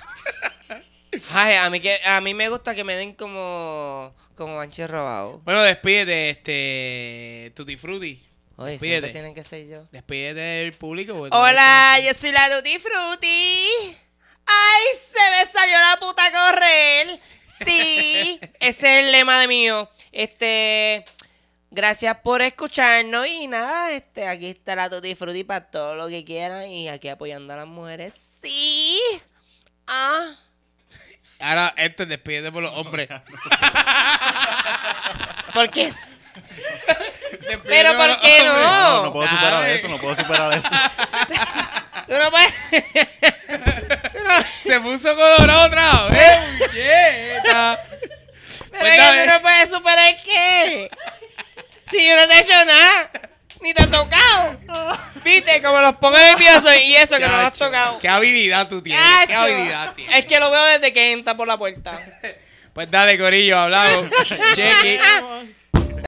Speaker 1: Ay, a mí, que, a mí me gusta que me den como, como manche robado.
Speaker 2: Bueno, despídete, este. Tutti Frutti.
Speaker 1: Oye, siempre
Speaker 2: Despídete. Pues,
Speaker 1: tienen que ser yo.
Speaker 2: Despídete del público. porque
Speaker 1: Hola,
Speaker 2: tenemos
Speaker 1: yo soy la Duty Frutti. ¡Ay, se me salió la puta a correr! Sí, ese es el lema de mío. Este, gracias por escucharnos y nada, este, aquí está la Duty Frutti para todo lo que quieran y aquí apoyando a las mujeres. Sí. Ah.
Speaker 2: que- Ahora, este, despídete por los hombres.
Speaker 1: ¿Por qué?
Speaker 2: Despídete
Speaker 1: Pero, ¿por
Speaker 2: los
Speaker 1: qué no?
Speaker 2: hombres.
Speaker 4: No, no puedo
Speaker 2: Nada,
Speaker 4: superar
Speaker 2: eh.
Speaker 4: eso, no puedo superar eso.
Speaker 1: Tú no puedes.
Speaker 2: Se puso colorado otra vez. Pues puñeta.
Speaker 1: Pero es que
Speaker 2: Cuéntame.
Speaker 1: tú no puedes superar qué. Si yo no te he hecho nada, ni te he tocado. Viste, como los pongo nerviosos y eso que no los has
Speaker 2: Chacho,
Speaker 1: tocado.
Speaker 2: Qué habilidad tú tienes. Qué
Speaker 1: Chacho.
Speaker 2: habilidad tienes.
Speaker 1: Es que lo veo desde que entra por la puerta.
Speaker 2: Pues dale, Corillo, hablamos. Chequi.
Speaker 3: Vamos.